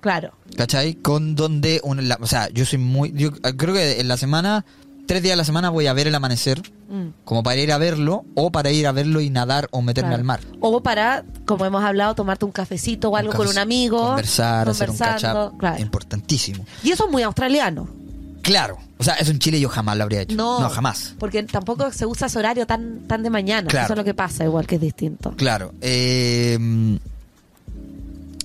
B: claro.
A: ¿Cachai? Con donde, un- la- o sea, yo soy muy, yo ah, creo que en la semana, tres días a la semana voy a ver el amanecer,
B: Mm,
A: como para ir a verlo, o para ir a verlo y nadar o meterme
B: claro.
A: al mar.
B: O para, como hemos hablado, tomarte un cafecito o algo con un
A: Conversa-
B: amigo.
A: Conversar, hacer un
B: conversando,
A: catch up.
B: claro.
A: Importantísimo.
B: Y eso es muy australiano.
A: Claro. O sea, eso en Chile yo jamás lo habría hecho.
B: No.
A: jamás.
B: Porque tampoco se usa ese horario tan, tan de mañana.
A: Claro.
B: Eso es lo que pasa, igual que es distinto.
A: Claro. eh,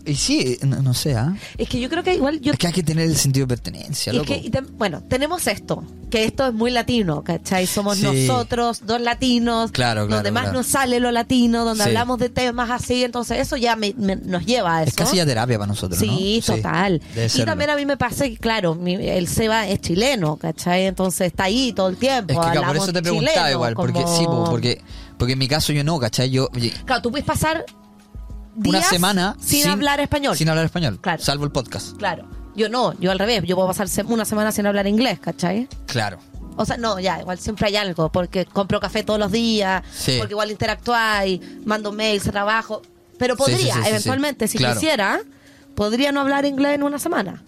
A: y sí, no, no sé, ¿ah?
B: Es que yo creo que igual yo
A: Es que hay que tener el sentido de pertenencia,
B: Y es
A: loco.
B: que, y te- bueno, tenemos esto, que esto es muy latino, ¿cachai? Somos
A: Sí.
B: nosotros, dos latinos,
A: Claro, claro,
B: donde más
A: claro.
B: nos sale lo latino, donde
A: Sí.
B: hablamos de temas así, entonces eso ya me- me- nos lleva a eso.
A: Es casi ya terapia para nosotros, ¿no?
B: Sí, total.
A: debe
B: y
A: serlo.
B: también a mí me pasa que, claro, mi- el Seba es chileno, ¿cachai? Entonces está ahí todo el tiempo.
A: Es que claro, por
B: hablamos
A: eso te
B: chileno,
A: preguntaba igual, porque
B: como-
A: sí, po, porque, porque en mi caso yo no, ¿cachai? Yo, oye,
B: Claro, tú puedes pasar
A: una
B: días
A: semana
B: sin, hablar español.
A: Sin hablar español,
B: Claro.
A: salvo el podcast.
B: Claro. Yo no, yo al revés, yo puedo pasar se- una semana sin hablar inglés, ¿cachai?
A: Claro.
B: O sea, no, ya, igual siempre hay algo, porque compro café todos los días,
A: Sí.
B: porque igual interactuáis, mando mails, trabajo. Pero
A: Sí, sí,
B: podría,
A: sí, sí, sí.
B: eventualmente, si
A: Claro.
B: quisiera, podría no hablar inglés en una semana.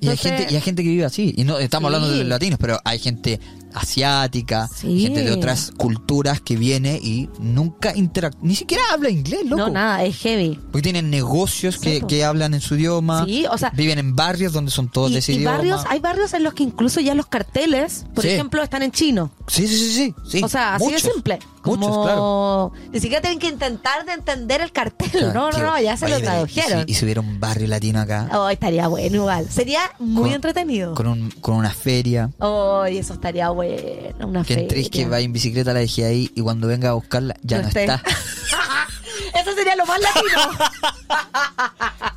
A: Y hay,
B: Entonces-
A: gente, y hay gente que vive así. Y no estamos
B: Sí.
A: hablando de latinos, pero hay gente asiática,
B: Sí.
A: gente de otras culturas que viene y nunca interactúa. Ni siquiera habla inglés, loco.
B: No, nada, es heavy.
A: Porque tienen negocios
B: Sí,
A: que,
B: po.
A: que hablan en su idioma.
B: Sí, o sea-
A: viven en barrios donde son todos
B: Y,
A: de ese
B: y
A: idioma.
B: barrios, hay barrios en los que incluso ya los carteles, por
A: Sí.
B: ejemplo, están en chino.
A: Sí, sí, sí, sí. sí.
B: o sea, así
A: Muchos,
B: de simple. Como
A: Muchos, claro.
B: Ni siquiera tienen que intentar de entender el cartel.
A: Claro,
B: no, no,
A: tío,
B: no, ya se
A: oye,
B: lo
A: pero
B: tradujeron.
A: Y, si- y si hubiera un barrio latino acá,
B: Oh, estaría bueno igual. Sería muy
A: Con-
B: entretenido.
A: con, un, con una feria,
B: Oh, y eso estaría bueno. Una
A: que entréis que
B: feria.
A: va en bicicleta, la dejé ahí y cuando venga a buscarla ya no,
B: esté.
A: está.
B: Eso sería lo más latino.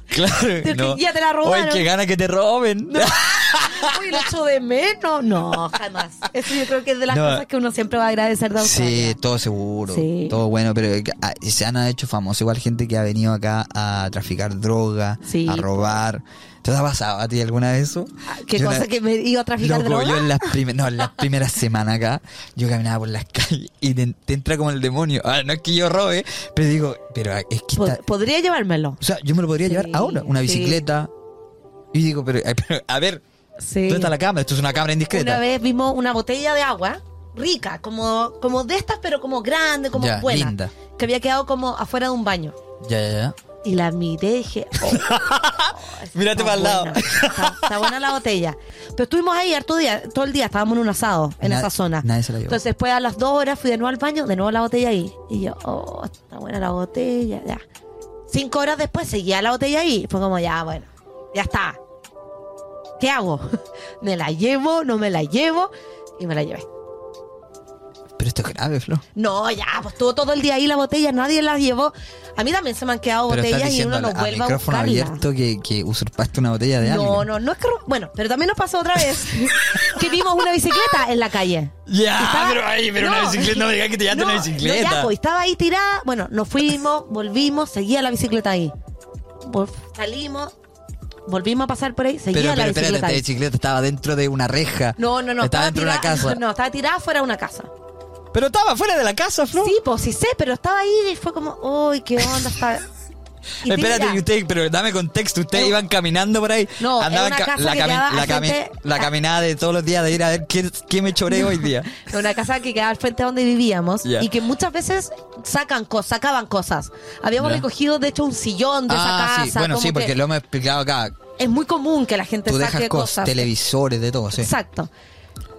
A: Claro,
B: Te- ya te la robaron.
A: Oye, qué gana que te roben.
B: Uy, lo echo de menos. No, jamás. Eso yo creo que es de las
A: No.
B: cosas que uno siempre va a agradecer de Australia.
A: Sí, todo seguro.
B: Sí.
A: Todo bueno, pero eh, ah, se han hecho famosos. Igual gente que ha venido acá a traficar droga,
B: Sí. Ah,
A: a robar. ¿Te ha pasado a ti alguna de eso?
B: ¿Qué
A: Yo
B: cosa
A: una-
B: que me iba a traficar
A: Loco,
B: droga?
A: yo en las, primeras no, en las primeras semanas acá, yo caminaba por las calles y te, te entra como el demonio. Ahora, no es que yo robe, pero digo, pero es que
B: Po-
A: está-
B: podría llevármelo.
A: O sea, yo me lo podría
B: Sí,
A: llevar ahora, una
B: Pues, sí.
A: bicicleta. Y digo, pero, eh, pero, a ver,
B: Sí.
A: ¿dónde está la cámara? Esto es una cámara indiscreta.
B: Una vez vimos una botella de agua rica, como, como de estas, pero como grande, como
A: Ya,
B: buena.
A: linda.
B: Que había quedado como afuera de un baño.
A: Ya, ya, ya.
B: Y la miré y dije. oh, está
A: Mírate pa'l lado.
B: buena, Está, está buena la botella. Pero estuvimos ahí harto día, todo el día, estábamos en un asado en
A: Na-
B: esa zona.
A: nadie se la llevó.
B: Entonces, después a las dos horas fui de nuevo al baño, de nuevo la botella ahí. Y yo, oh, está buena la botella, ya. Cinco horas después seguía la botella ahí. Fue como, ya, bueno, ya está. ¿Qué hago? ¿Me la llevo? ¿No me la llevo? Y me la llevé.
A: Pero esto es grave, Flo.
B: No, ya, pues estuvo todo el día ahí la botella, nadie la llevó. A mí también se me han quedado
A: Pero estás
B: botellas y
A: diciendo
B: uno
A: al,
B: no
A: al
B: vuelve a
A: micrófono
B: buscarla.
A: abierto que, que usurpaste una botella de alguien.
B: No, no, no es que. ro- Bueno, pero también nos pasó otra vez que vimos una bicicleta en la calle.
A: Ya,
B: Estaba-
A: Ah, pero ahí, pero una
B: No.
A: bicicleta, no me digas que te llevaste
B: No,
A: una
B: No, ya,
A: bicicleta.
B: pues, estaba ahí tirada. Bueno, nos fuimos, volvimos, seguía la bicicleta ahí. Vol- salimos, volvimos a pasar por ahí, seguía
A: pero,
B: la
A: pero espérate,
B: bicicleta
A: esta
B: ahí.
A: bicicleta estaba dentro de una reja.
B: No, no, no.
A: Estaba dentro de una
B: tirada-
A: casa.
B: No, estaba tirada fuera de una casa.
A: Pero estaba fuera de la casa, Flo.
B: Sí, pues sí sé, pero estaba ahí y fue como, uy, qué onda está. Y
A: Espérate,
B: mira,
A: y usted, pero dame contexto. Ustedes
B: Eh,
A: iban caminando por ahí.
B: No, era
A: Andaban
B: una
A: ca-
B: casa
A: la,
B: que quedaba
A: la
B: al
A: cami-
B: frente-
A: la caminada de todos los días de ir a ver qué, qué me choré hoy día.
B: en una casa que quedaba al frente a donde vivíamos
A: Ya.
B: y que muchas veces sacan cosas, sacaban cosas. Habíamos
A: Ya.
B: recogido, de hecho, un sillón de
A: ah,
B: esa casa.
A: sí. Bueno,
B: como
A: sí, porque
B: que
A: lo hemos explicado acá.
B: Es muy común que la gente
A: Tú
B: saque
A: dejas cosas,
B: cosas.
A: televisores, de todo, sí.
B: Exacto.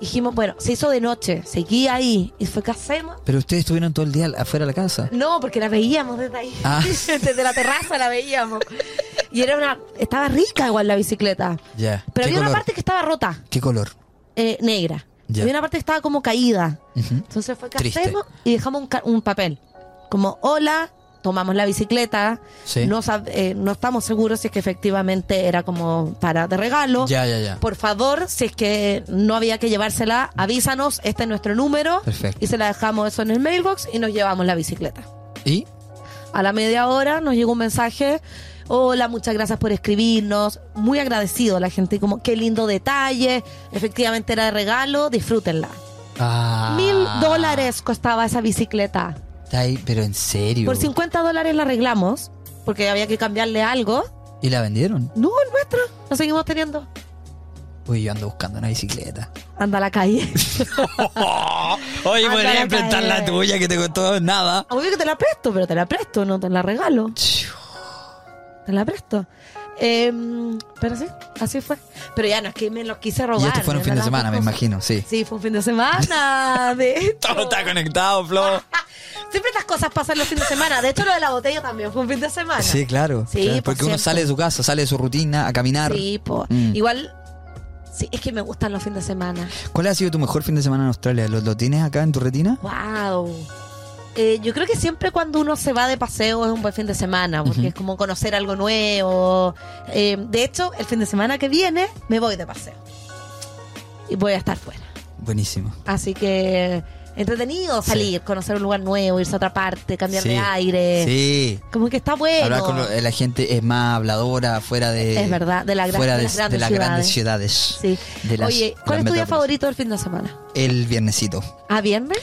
B: Dijimos, bueno, se hizo de noche, seguí ahí. Y fue, ¿qué hacemos?
A: Pero ustedes estuvieron todo el día afuera de la casa.
B: No, porque la veíamos desde ahí.
A: Ah.
B: desde la terraza la veíamos. Y era una. Estaba rica igual la bicicleta.
A: Ya.
B: Pero
A: ¿Qué
B: había una
A: color?
B: parte que estaba rota,
A: ¿Qué color?
B: eh, negra.
A: Ya.
B: Había una parte que estaba como caída.
A: Ujú.
B: Entonces fue que
A: ¿Mm? Triste.
B: hacemos y dejamos un, ca- un papel. Como, hola, tomamos la bicicleta.
A: Sí.
B: No, sab- eh, no estamos seguros si es que efectivamente era como para de regalo.
A: Ya, ya, ya.
B: Por favor, si es que no había que llevársela, avísanos, este es nuestro número.
A: Perfecto.
B: Y se la dejamos eso en el mailbox y nos llevamos la bicicleta.
A: ¿Y?
B: A la media hora nos llegó un mensaje. Hola, muchas gracias por escribirnos. Muy agradecido a la gente. Como, qué lindo detalle. Efectivamente era de regalo. Disfrútenla.
A: Ah.
B: Mil dólares costaba esa bicicleta.
A: Está ahí, pero en serio.
B: Por 50 dólares la arreglamos. Porque había que cambiarle algo.
A: ¿Y la vendieron?
B: No, el nuestro. Lo seguimos teniendo.
A: Uy, yo ando buscando una bicicleta.
B: Anda a la calle.
A: Oye,
B: Anda a
A: podría
B: la
A: enfrentar
B: calle.
A: la tuya que te costó nada.
B: Obvio que te la presto, pero te la presto, no te la regalo. Te la presto. Em, pero sí, así fue. Pero ya no es que me los quise robar.
A: Y esto fue un
B: de
A: fin de
B: verdad,
A: semana, me
B: cosa.
A: imagino, sí.
B: Sí, fue un fin de semana. De hecho.
A: Todo está conectado, Flo.
B: Ah, Siempre estas cosas pasan los fines de semana. De hecho, lo de la botella también fue un fin de semana.
A: Sí, claro.
B: Sí,
A: claro,
B: por
A: porque uno
B: cierto.
A: sale de su casa, sale de su rutina a caminar.
B: Sí, po.
A: Mm.
B: Igual, sí, es que me gustan los fines de semana.
A: ¿Cuál ha sido tu mejor fin de semana en Australia? ¿Lo, lo tienes acá en tu retina?
B: Wow. Eh, yo creo que siempre cuando uno se va de paseo es un buen fin de semana, porque es como conocer algo nuevo. Eh, de hecho, el fin de semana que viene me voy de paseo. Y voy a estar fuera.
A: Buenísimo.
B: Así que entretenido salir, conocer un lugar nuevo, irse a otra parte, cambiar
A: Sí.
B: de aire.
A: Sí.
B: Como que está bueno.
A: Hablar con lo- eh, la gente es más habladora fuera de.
B: Es verdad, de la gran-
A: fuera
B: de
A: de,
B: las grandes
A: de las grandes ciudades.
B: Sí.
A: De las- de
B: Oye,
A: las
B: ¿cuál es tu día
A: metrópolis.
B: favorito del fin de semana?
A: El viernesito.
B: ¿A viernes?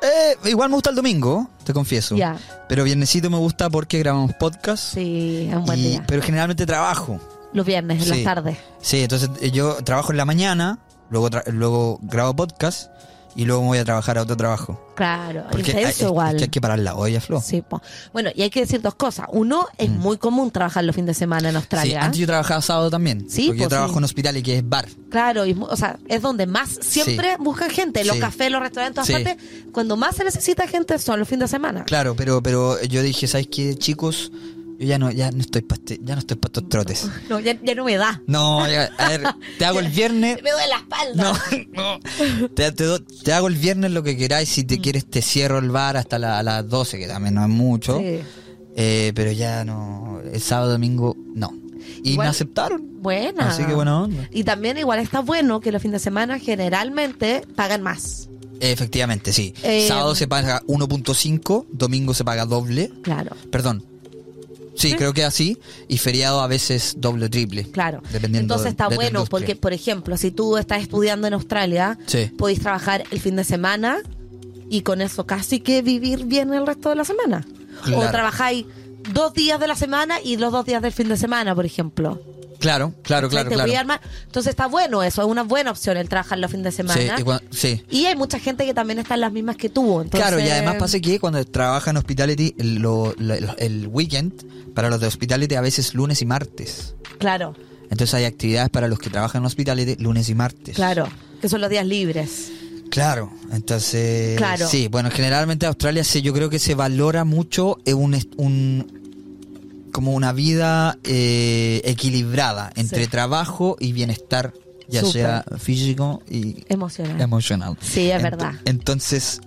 A: Eh, igual me gusta el domingo, te confieso.
B: Ya.
A: Pero viernesito me gusta porque grabamos podcast.
B: Sí, es un buen
A: y-
B: día.
A: Pero generalmente trabajo.
B: Los viernes, en
A: Sí.
B: las tardes.
A: Sí, entonces eh, yo trabajo en la mañana, luego, tra- luego grabo podcast y luego me voy a trabajar a otro trabajo.
B: Claro,
A: Porque hay, es-
B: intenso igual.
A: es que hay que parar la olla, Flo.
B: Sí, po. Bueno, y hay que decir dos cosas. Uno, es muy común trabajar los fines de semana en
A: Mm. Sí,
B: Australia.
A: antes yo trabajaba sábado también.
B: Sí,
A: porque yo
B: pues,
A: trabajo
B: sí.
A: en hospital y que es bar.
B: Claro, y, mu- o sea, es donde más siempre buscan gente. Los
A: Sí.
B: cafés, los restaurantes,
A: Sí.
B: todas partes. Cuando más se necesita gente son los fines de semana.
A: Claro, pero, pero yo dije, ¿sabes qué, chicos? Yo ya no, ya no estoy para ya no estoy pa estos trotes.
B: No, ya, ya no me da.
A: No, ya- a ver, te hago el viernes.
B: Me duele la espalda.
A: No, no. Te, te do- te hago el viernes lo que queráis. Si
B: Mm.
A: te quieres, te cierro el bar hasta la- a las 12, que también no es mucho.
B: Sí.
A: Eh, pero ya no. El sábado, domingo, no. Y
B: Igual-
A: me aceptaron.
B: Buena.
A: Así que buena onda.
B: Y también igual está bueno que los fines de semana generalmente pagan más.
A: Efectivamente, sí.
B: Eh,
A: sábado se paga 1.5, domingo se paga doble.
B: Claro,
A: Perdón. Sí,
B: Sí.
A: creo que así. Y feriado a veces doble o triple.
B: claro.
A: Dependiendo
B: Entonces está
A: de la
B: bueno
A: industria.
B: porque, por ejemplo, si tú estás estudiando en Australia,
A: Sí.
B: podéis trabajar el fin de semana y con eso casi que vivir bien el resto de la semana.
A: Claro.
B: O trabajáis dos días de la semana y los dos días del fin de semana, por ejemplo.
A: Claro, claro, claro,
B: Te voy a
A: claro.
B: armar- Entonces está bueno eso, es una buena opción el trabajar los fines de
A: Sí,
B: semana.
A: y cua- sí.
B: Y hay mucha gente que también está en las mismas que tú. entonces-
A: Claro, y además pasa que cuando trabaja en hospitality, el, lo- lo- el weekend, para los de hospitality a veces lunes y martes.
B: Claro,
A: Entonces hay actividades para los que trabajan en hospitality lunes y martes.
B: claro. Que son los días libres.
A: Claro, entonces...
B: Claro.
A: Sí, bueno, generalmente Australia se, yo creo que se valora mucho eh, un, est- un como una vida eh, equilibrada entre
B: Sí.
A: trabajo y bienestar, ya
B: Súper.
A: sea físico y
B: Emocional.
A: emocional.
B: Sí, es
A: Ent-
B: verdad.
A: Entonces,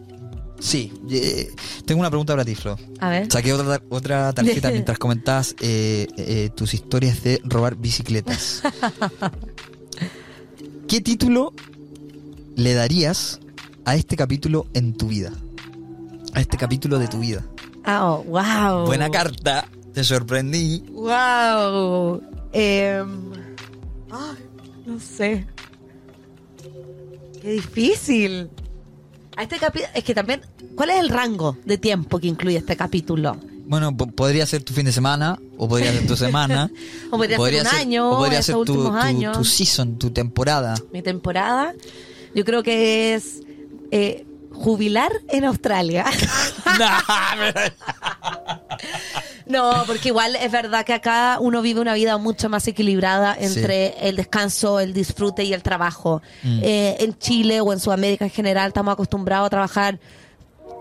A: sí, eh, tengo una pregunta para ti, Flo.
B: A ver.
A: Saqué otra, tar- otra tarjeta mientras comentabas eh, eh, tus historias de robar bicicletas. ¿Qué título le darías a este capítulo en tu vida? A este capítulo de tu vida.
B: Ah, oh, wow.
A: Buena carta, te sorprendí.
B: Wow. Em, ay, no sé. Qué difícil. A este capi- es que también, ¿cuál es el rango de tiempo que incluye este capítulo?
A: Bueno, po- podría ser tu fin de semana, o podría ser tu semana.
B: O podría ser un año,
A: o podría
B: estos
A: ser tu,
B: últimos
A: tu-
B: años.
A: tu season, tu temporada.
B: Mi temporada, yo creo que es eh, jubilar en Australia.
A: Nah, pero-
B: No, porque igual es verdad que acá uno vive una vida mucho más equilibrada entre el descanso, el disfrute y el trabajo.
A: Mm.
B: Eh, en Chile o en Sudamérica en general estamos acostumbrados a trabajar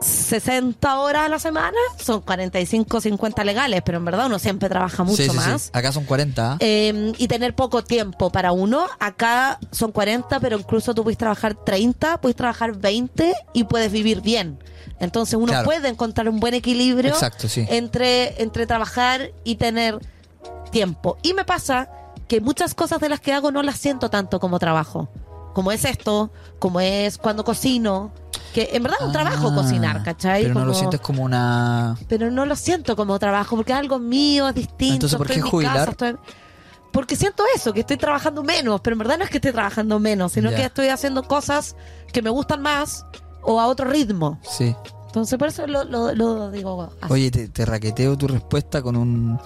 B: 60 horas a la semana, son 45, 50 legales, pero en verdad uno siempre trabaja mucho
A: Sí, sí, sí.
B: más.
A: Acá son 40. ¿ah?
B: Eh, y tener poco tiempo para uno. Acá son 40, pero incluso tú puedes trabajar 30, puedes trabajar 20 y puedes vivir bien. Entonces uno
A: Claro.
B: puede encontrar un buen equilibrio
A: Exacto, sí.
B: eh, entre, entre trabajar y tener tiempo. Y me pasa que muchas cosas de las que hago no las siento tanto como trabajo. Como es esto, como es cuando cocino. Que en verdad es un trabajo
A: Ah,
B: cocinar, ¿cachai?
A: Pero no lo
B: Como-
A: sientes como una.
B: pero no lo siento como trabajo porque es algo mío, es distinto.
A: Entonces, ¿por
B: estoy
A: qué
B: en mi casa,
A: jubilar?
B: estoy en- Porque siento eso, que estoy trabajando menos, pero en verdad no es que esté trabajando menos, sino
A: Ya.
B: que estoy haciendo cosas que me gustan más o a otro ritmo.
A: Sí.
B: Entonces, por eso lo, lo- lo digo así.
A: Oye, te, te raqueteo tu respuesta con un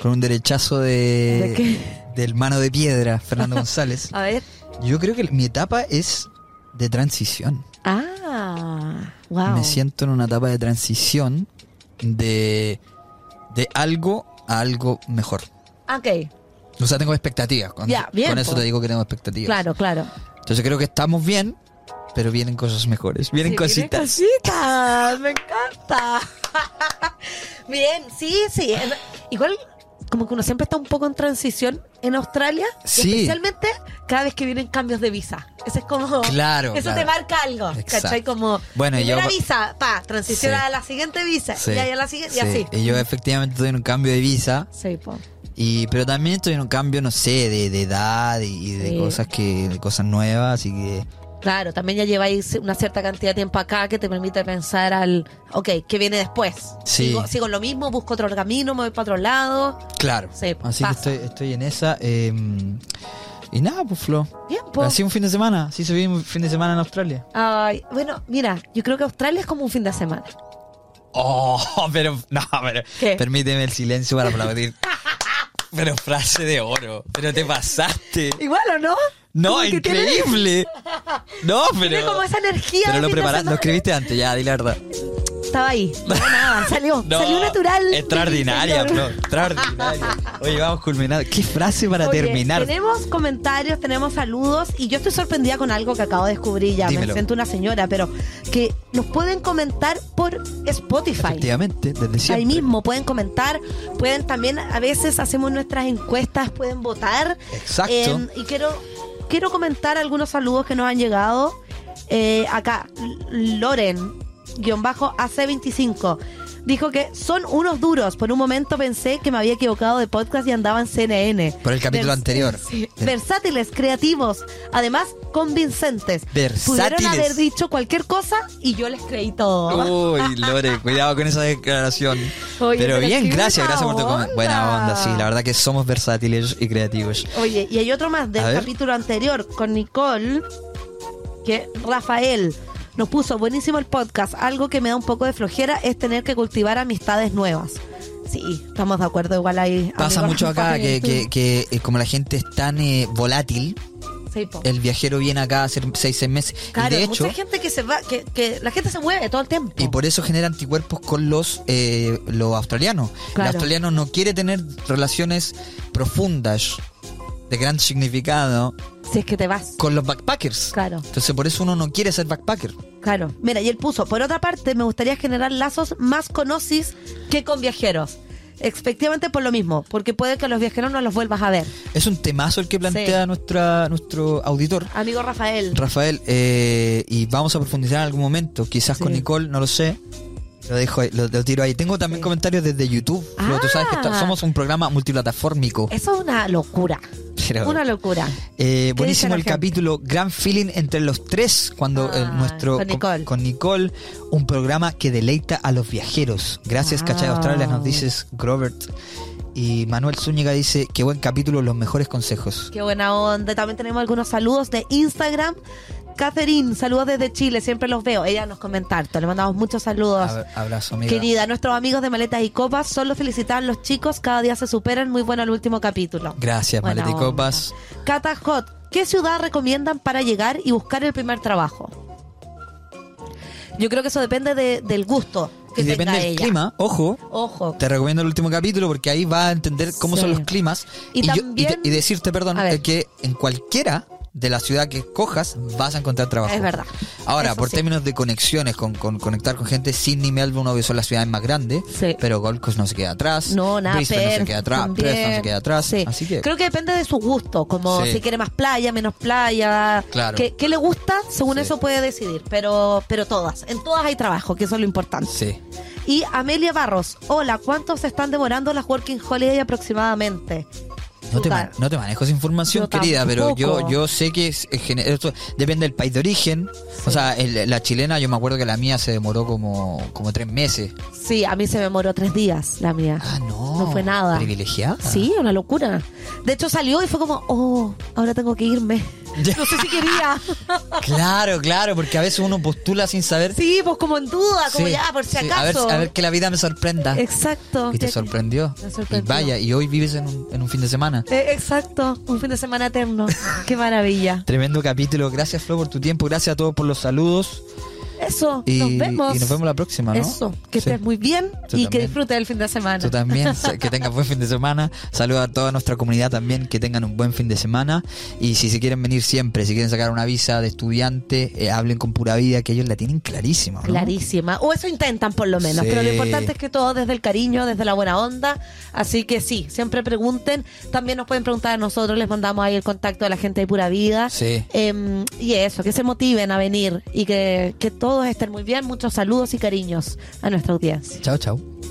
A: con un derechazo de,
B: ¿De qué?
A: del mano de piedra, Fernando González.
B: A ver.
A: Yo creo que mi etapa es de transición.
B: Ah, wow.
A: Me siento en una etapa de transición de, de algo a algo mejor.
B: Ok,
A: O sea, tengo expectativas. Con,
B: Ya, bien,
A: con eso
B: po.
A: te digo que tengo expectativas.
B: claro, claro.
A: Entonces creo que estamos bien, pero vienen cosas mejores. Vienen
B: Sí,
A: cositas.
B: vienen cositas, me encanta. Bien, sí, sí. es- Igual, como que uno siempre está un poco en transición en Australia,
A: Sí.
B: especialmente cada vez que vienen cambios de visa. Ese es como.
A: Claro,
B: Eso
A: claro.
B: te marca algo,
A: Exacto.
B: ¿cachai? Como.
A: Bueno, y yo-
B: primera visa, pa, transición
A: Sí.
B: a la siguiente visa,
A: Sí,
B: y ahí a la siguiente,
A: sí.
B: y así.
A: Y yo efectivamente estoy en un cambio de visa,
B: Sí, po.
A: y pero también estoy en un cambio, no sé, de, de edad y, y de
B: Sí.
A: cosas que de cosas nuevas, así que
B: Claro, también ya lleváis una cierta cantidad de tiempo acá que te permite pensar al, ok, ¿qué viene después?
A: Sí.
B: Sigo, sigo lo mismo, busco otro camino, me voy para otro lado.
A: claro.
B: Sí,
A: así
B: pasa.
A: que estoy, estoy en esa. eh, y nada, pues Flo.
B: Tiempo.
A: Así un fin de semana, así se vive un fin de semana en Australia.
B: Ay, bueno, mira, yo creo que Australia es como un fin de semana.
A: Oh, pero no, pero
B: ¿Qué?
A: permíteme el silencio para aplaudir. pero frase de oro, pero te pasaste.
B: Igual o no?
A: No,
B: Como que tiene-
A: increíble. No, pero.
B: Tiene como esa energía.
A: Pero
B: de
A: lo
B: fin de
A: preparaste,
B: semana.
A: lo escribiste antes, ya, di la verdad.
B: Estaba ahí. No, nada, salió.
A: No,
B: salió natural.
A: Extraordinaria,
B: Señor.
A: bro. Extraordinaria. Oye, vamos culminando. ¿Qué frase para
B: Oye,
A: terminar?
B: Tenemos comentarios, tenemos saludos y yo estoy sorprendida con algo que acabo de descubrir ya.
A: Dímelo.
B: Me siento una señora, pero que nos pueden comentar por Spotify.
A: Efectivamente, desde siempre.
B: Ahí mismo pueden comentar, pueden también, a veces hacemos nuestras encuestas, pueden votar.
A: Exacto.
B: Eh, y quiero, quiero comentar algunos saludos que nos han llegado. Eh, acá, Loren, guión bajo AC25, dijo que son unos duros. Por un momento pensé que me había equivocado de podcast y andaba en CNN.
A: Por el capítulo
B: Vers-
A: anterior. Eh.
B: Sí. Versátiles, creativos, además convincentes. Pudieron
A: Versátiles.
B: haber dicho cualquier cosa y yo les creí todo.
A: Uy, Lore, cuidado con esa declaración.
B: Oye,
A: pero
B: pero
A: bien,
B: qué
A: gracias,
B: buena
A: gracias por tu
B: onda.
A: comentario. Buena onda, sí, la verdad que somos versátiles y creativos.
B: Oye, y hay otro más
A: A
B: del
A: ver.
B: capítulo anterior con Nicole, que Rafael nos puso buenísimo el podcast. Algo que me da un poco de flojera es tener que cultivar amistades nuevas. Sí, estamos de acuerdo, igual ahí.
A: Pasa
B: amigo
A: mucho acá
B: Rafael,
A: que,
B: tú.
A: que- que, eh, como la gente es tan eh, volátil,
B: Sí, po.
A: el viajero viene acá a hacer seis, seis meses. Y
B: Claro,
A: de
B: hay
A: hecho,
B: mucha gente que se va, que, que la gente se mueve todo el tiempo.
A: Y por eso genera anticuerpos con los, eh, los australianos.
B: Claro.
A: El australiano no quiere tener relaciones profundas, de gran significado,
B: Si es que te vas.
A: con los backpackers.
B: Claro.
A: Entonces por eso uno no quiere ser backpacker.
B: Claro. Mira, y él puso, por otra parte, me gustaría generar lazos más con Osis que con viajeros. Efectivamente por lo mismo, porque puede que a los viajeros no los vuelvas a ver.
A: Es un temazo el que plantea
B: Sí.
A: nuestra, nuestro auditor.
B: Amigo Rafael.
A: Rafael, eh, y vamos a profundizar en algún momento, quizás con
B: Sí.
A: Nicole, no lo sé. Lo dejo ahí, lo, lo tiro ahí. Tengo también
B: Sí.
A: comentarios desde YouTube. pero tú sabes que
B: Ah.
A: esto- somos un programa multiplataformico.
B: Eso es una locura.
A: Pero-
B: Una locura.
A: Eh,
B: ¿Qué
A: buenísimo
B: dice la
A: el
B: gente?
A: capítulo, gran feeling entre los tres cuando
B: Ah,
A: eh, nuestro
B: con Nicole.
A: con Nicole, un programa que deleita a los viajeros. Gracias,
B: Wow.
A: Cachay Australia, nos dices Grovert. Y Manuel Zúñiga dice, qué buen capítulo, los mejores consejos.
B: Qué buena onda. También tenemos algunos saludos de Instagram Catherine, saludos desde Chile, siempre los veo. Ella nos comenta harto, le mandamos muchos saludos.
A: Ab- abrazo, amiga.
B: Querida, nuestros amigos de Maletas y Copas, solo felicitar los chicos, cada día se superan. Muy bueno el último capítulo.
A: Gracias,
B: Buena
A: Maleta y
B: onda.
A: Copas.
B: Cata Hot, ¿qué ciudad recomiendan para llegar y buscar el primer trabajo? Yo creo que eso depende de- del gusto que
A: Y
B: tenga
A: depende del
B: ella.
A: clima, ojo.
B: Ojo.
A: Te recomiendo el último capítulo porque ahí vas a entender cómo
B: Sí.
A: son los climas.
B: Y
A: yo-
B: también-
A: te- y decirte, perdón,
B: A ver.
A: eh, que en cualquiera de la ciudad que cojas vas a encontrar trabajo.
B: Es verdad.
A: Ahora,
B: Eso
A: por
B: sí.
A: términos de conexiones, con, con conectar con gente, Sydney y Melbourne obvio son las ciudades más grandes,
B: Sí.
A: pero Gold Coast no se queda atrás.
B: No, nada,
A: Brisbane no se
B: Perth
A: queda atrás,
B: también.
A: Perth no se queda atrás.
B: Sí.
A: Así que
B: Creo que depende de su gusto, como
A: Sí.
B: si quiere más playa, menos playa.
A: Claro.
B: ¿Qué, qué le gusta? Según
A: Sí.
B: eso puede decidir, pero, pero todas. En todas hay trabajo, que eso es lo importante.
A: sí.
B: Y Amelia Barros, hola, ¿cuántos se están demorando las Working Holiday aproximadamente?
A: No te,
B: Puta.
A: man- no te manejo esa información,
B: Yo
A: querida, pero yo,
B: tampoco.
A: yo sé que es- es gener- esto depende del país de origen. O sea, el- la chilena, yo me acuerdo que la mía se demoró como, como tres meses.
B: Sí, a mí se me demoró tres días la mía.
A: Ah, no.
B: No fue nada.
A: ¿Privilegiada?
B: Sí, una locura. De hecho salió y fue como, oh, ahora tengo que irme. No sé si quería.
A: Claro, claro, porque a veces uno postula sin saber.
B: Sí, pues como en duda, como
A: Sí,
B: ya, por si
A: sí,
B: acaso.
A: A ver, a ver que la vida me sorprenda.
B: Exacto.
A: Y te
B: Ya-
A: sorprendió.
B: Me sorprendió.
A: Y vaya, y hoy vives en un, en un fin de semana.
B: Eh, exacto, un fin de semana eterno. Qué maravilla.
A: Tremendo capítulo. Gracias, Flo, por tu tiempo. Gracias a todos por los saludos.
B: Eso,
A: Y
B: nos vemos.
A: y nos vemos la próxima, ¿no?
B: Eso, que
A: Sí.
B: estés muy bien
A: Tú
B: y que
A: también.
B: disfrutes del fin de semana.
A: Tú también, sa- que tengas buen fin de semana. Saludos a toda nuestra comunidad también, que tengan un buen fin de semana. Y si se quieren venir siempre, si quieren sacar una visa de estudiante, eh, hablen con pura vida, que ellos la tienen clarísima. ¿no?
B: Clarísima. O eso intentan por lo menos.
A: Sí.
B: Pero lo importante es que todo desde el cariño, desde la buena onda. Así que sí, siempre pregunten. También nos pueden preguntar a nosotros. Les mandamos ahí el contacto de la gente de Pura Vida.
A: Sí.
B: Em, y eso, que se motiven a venir y que, que todos estén muy bien. Muchos saludos y cariños a nuestra audiencia.
A: Chao, chao.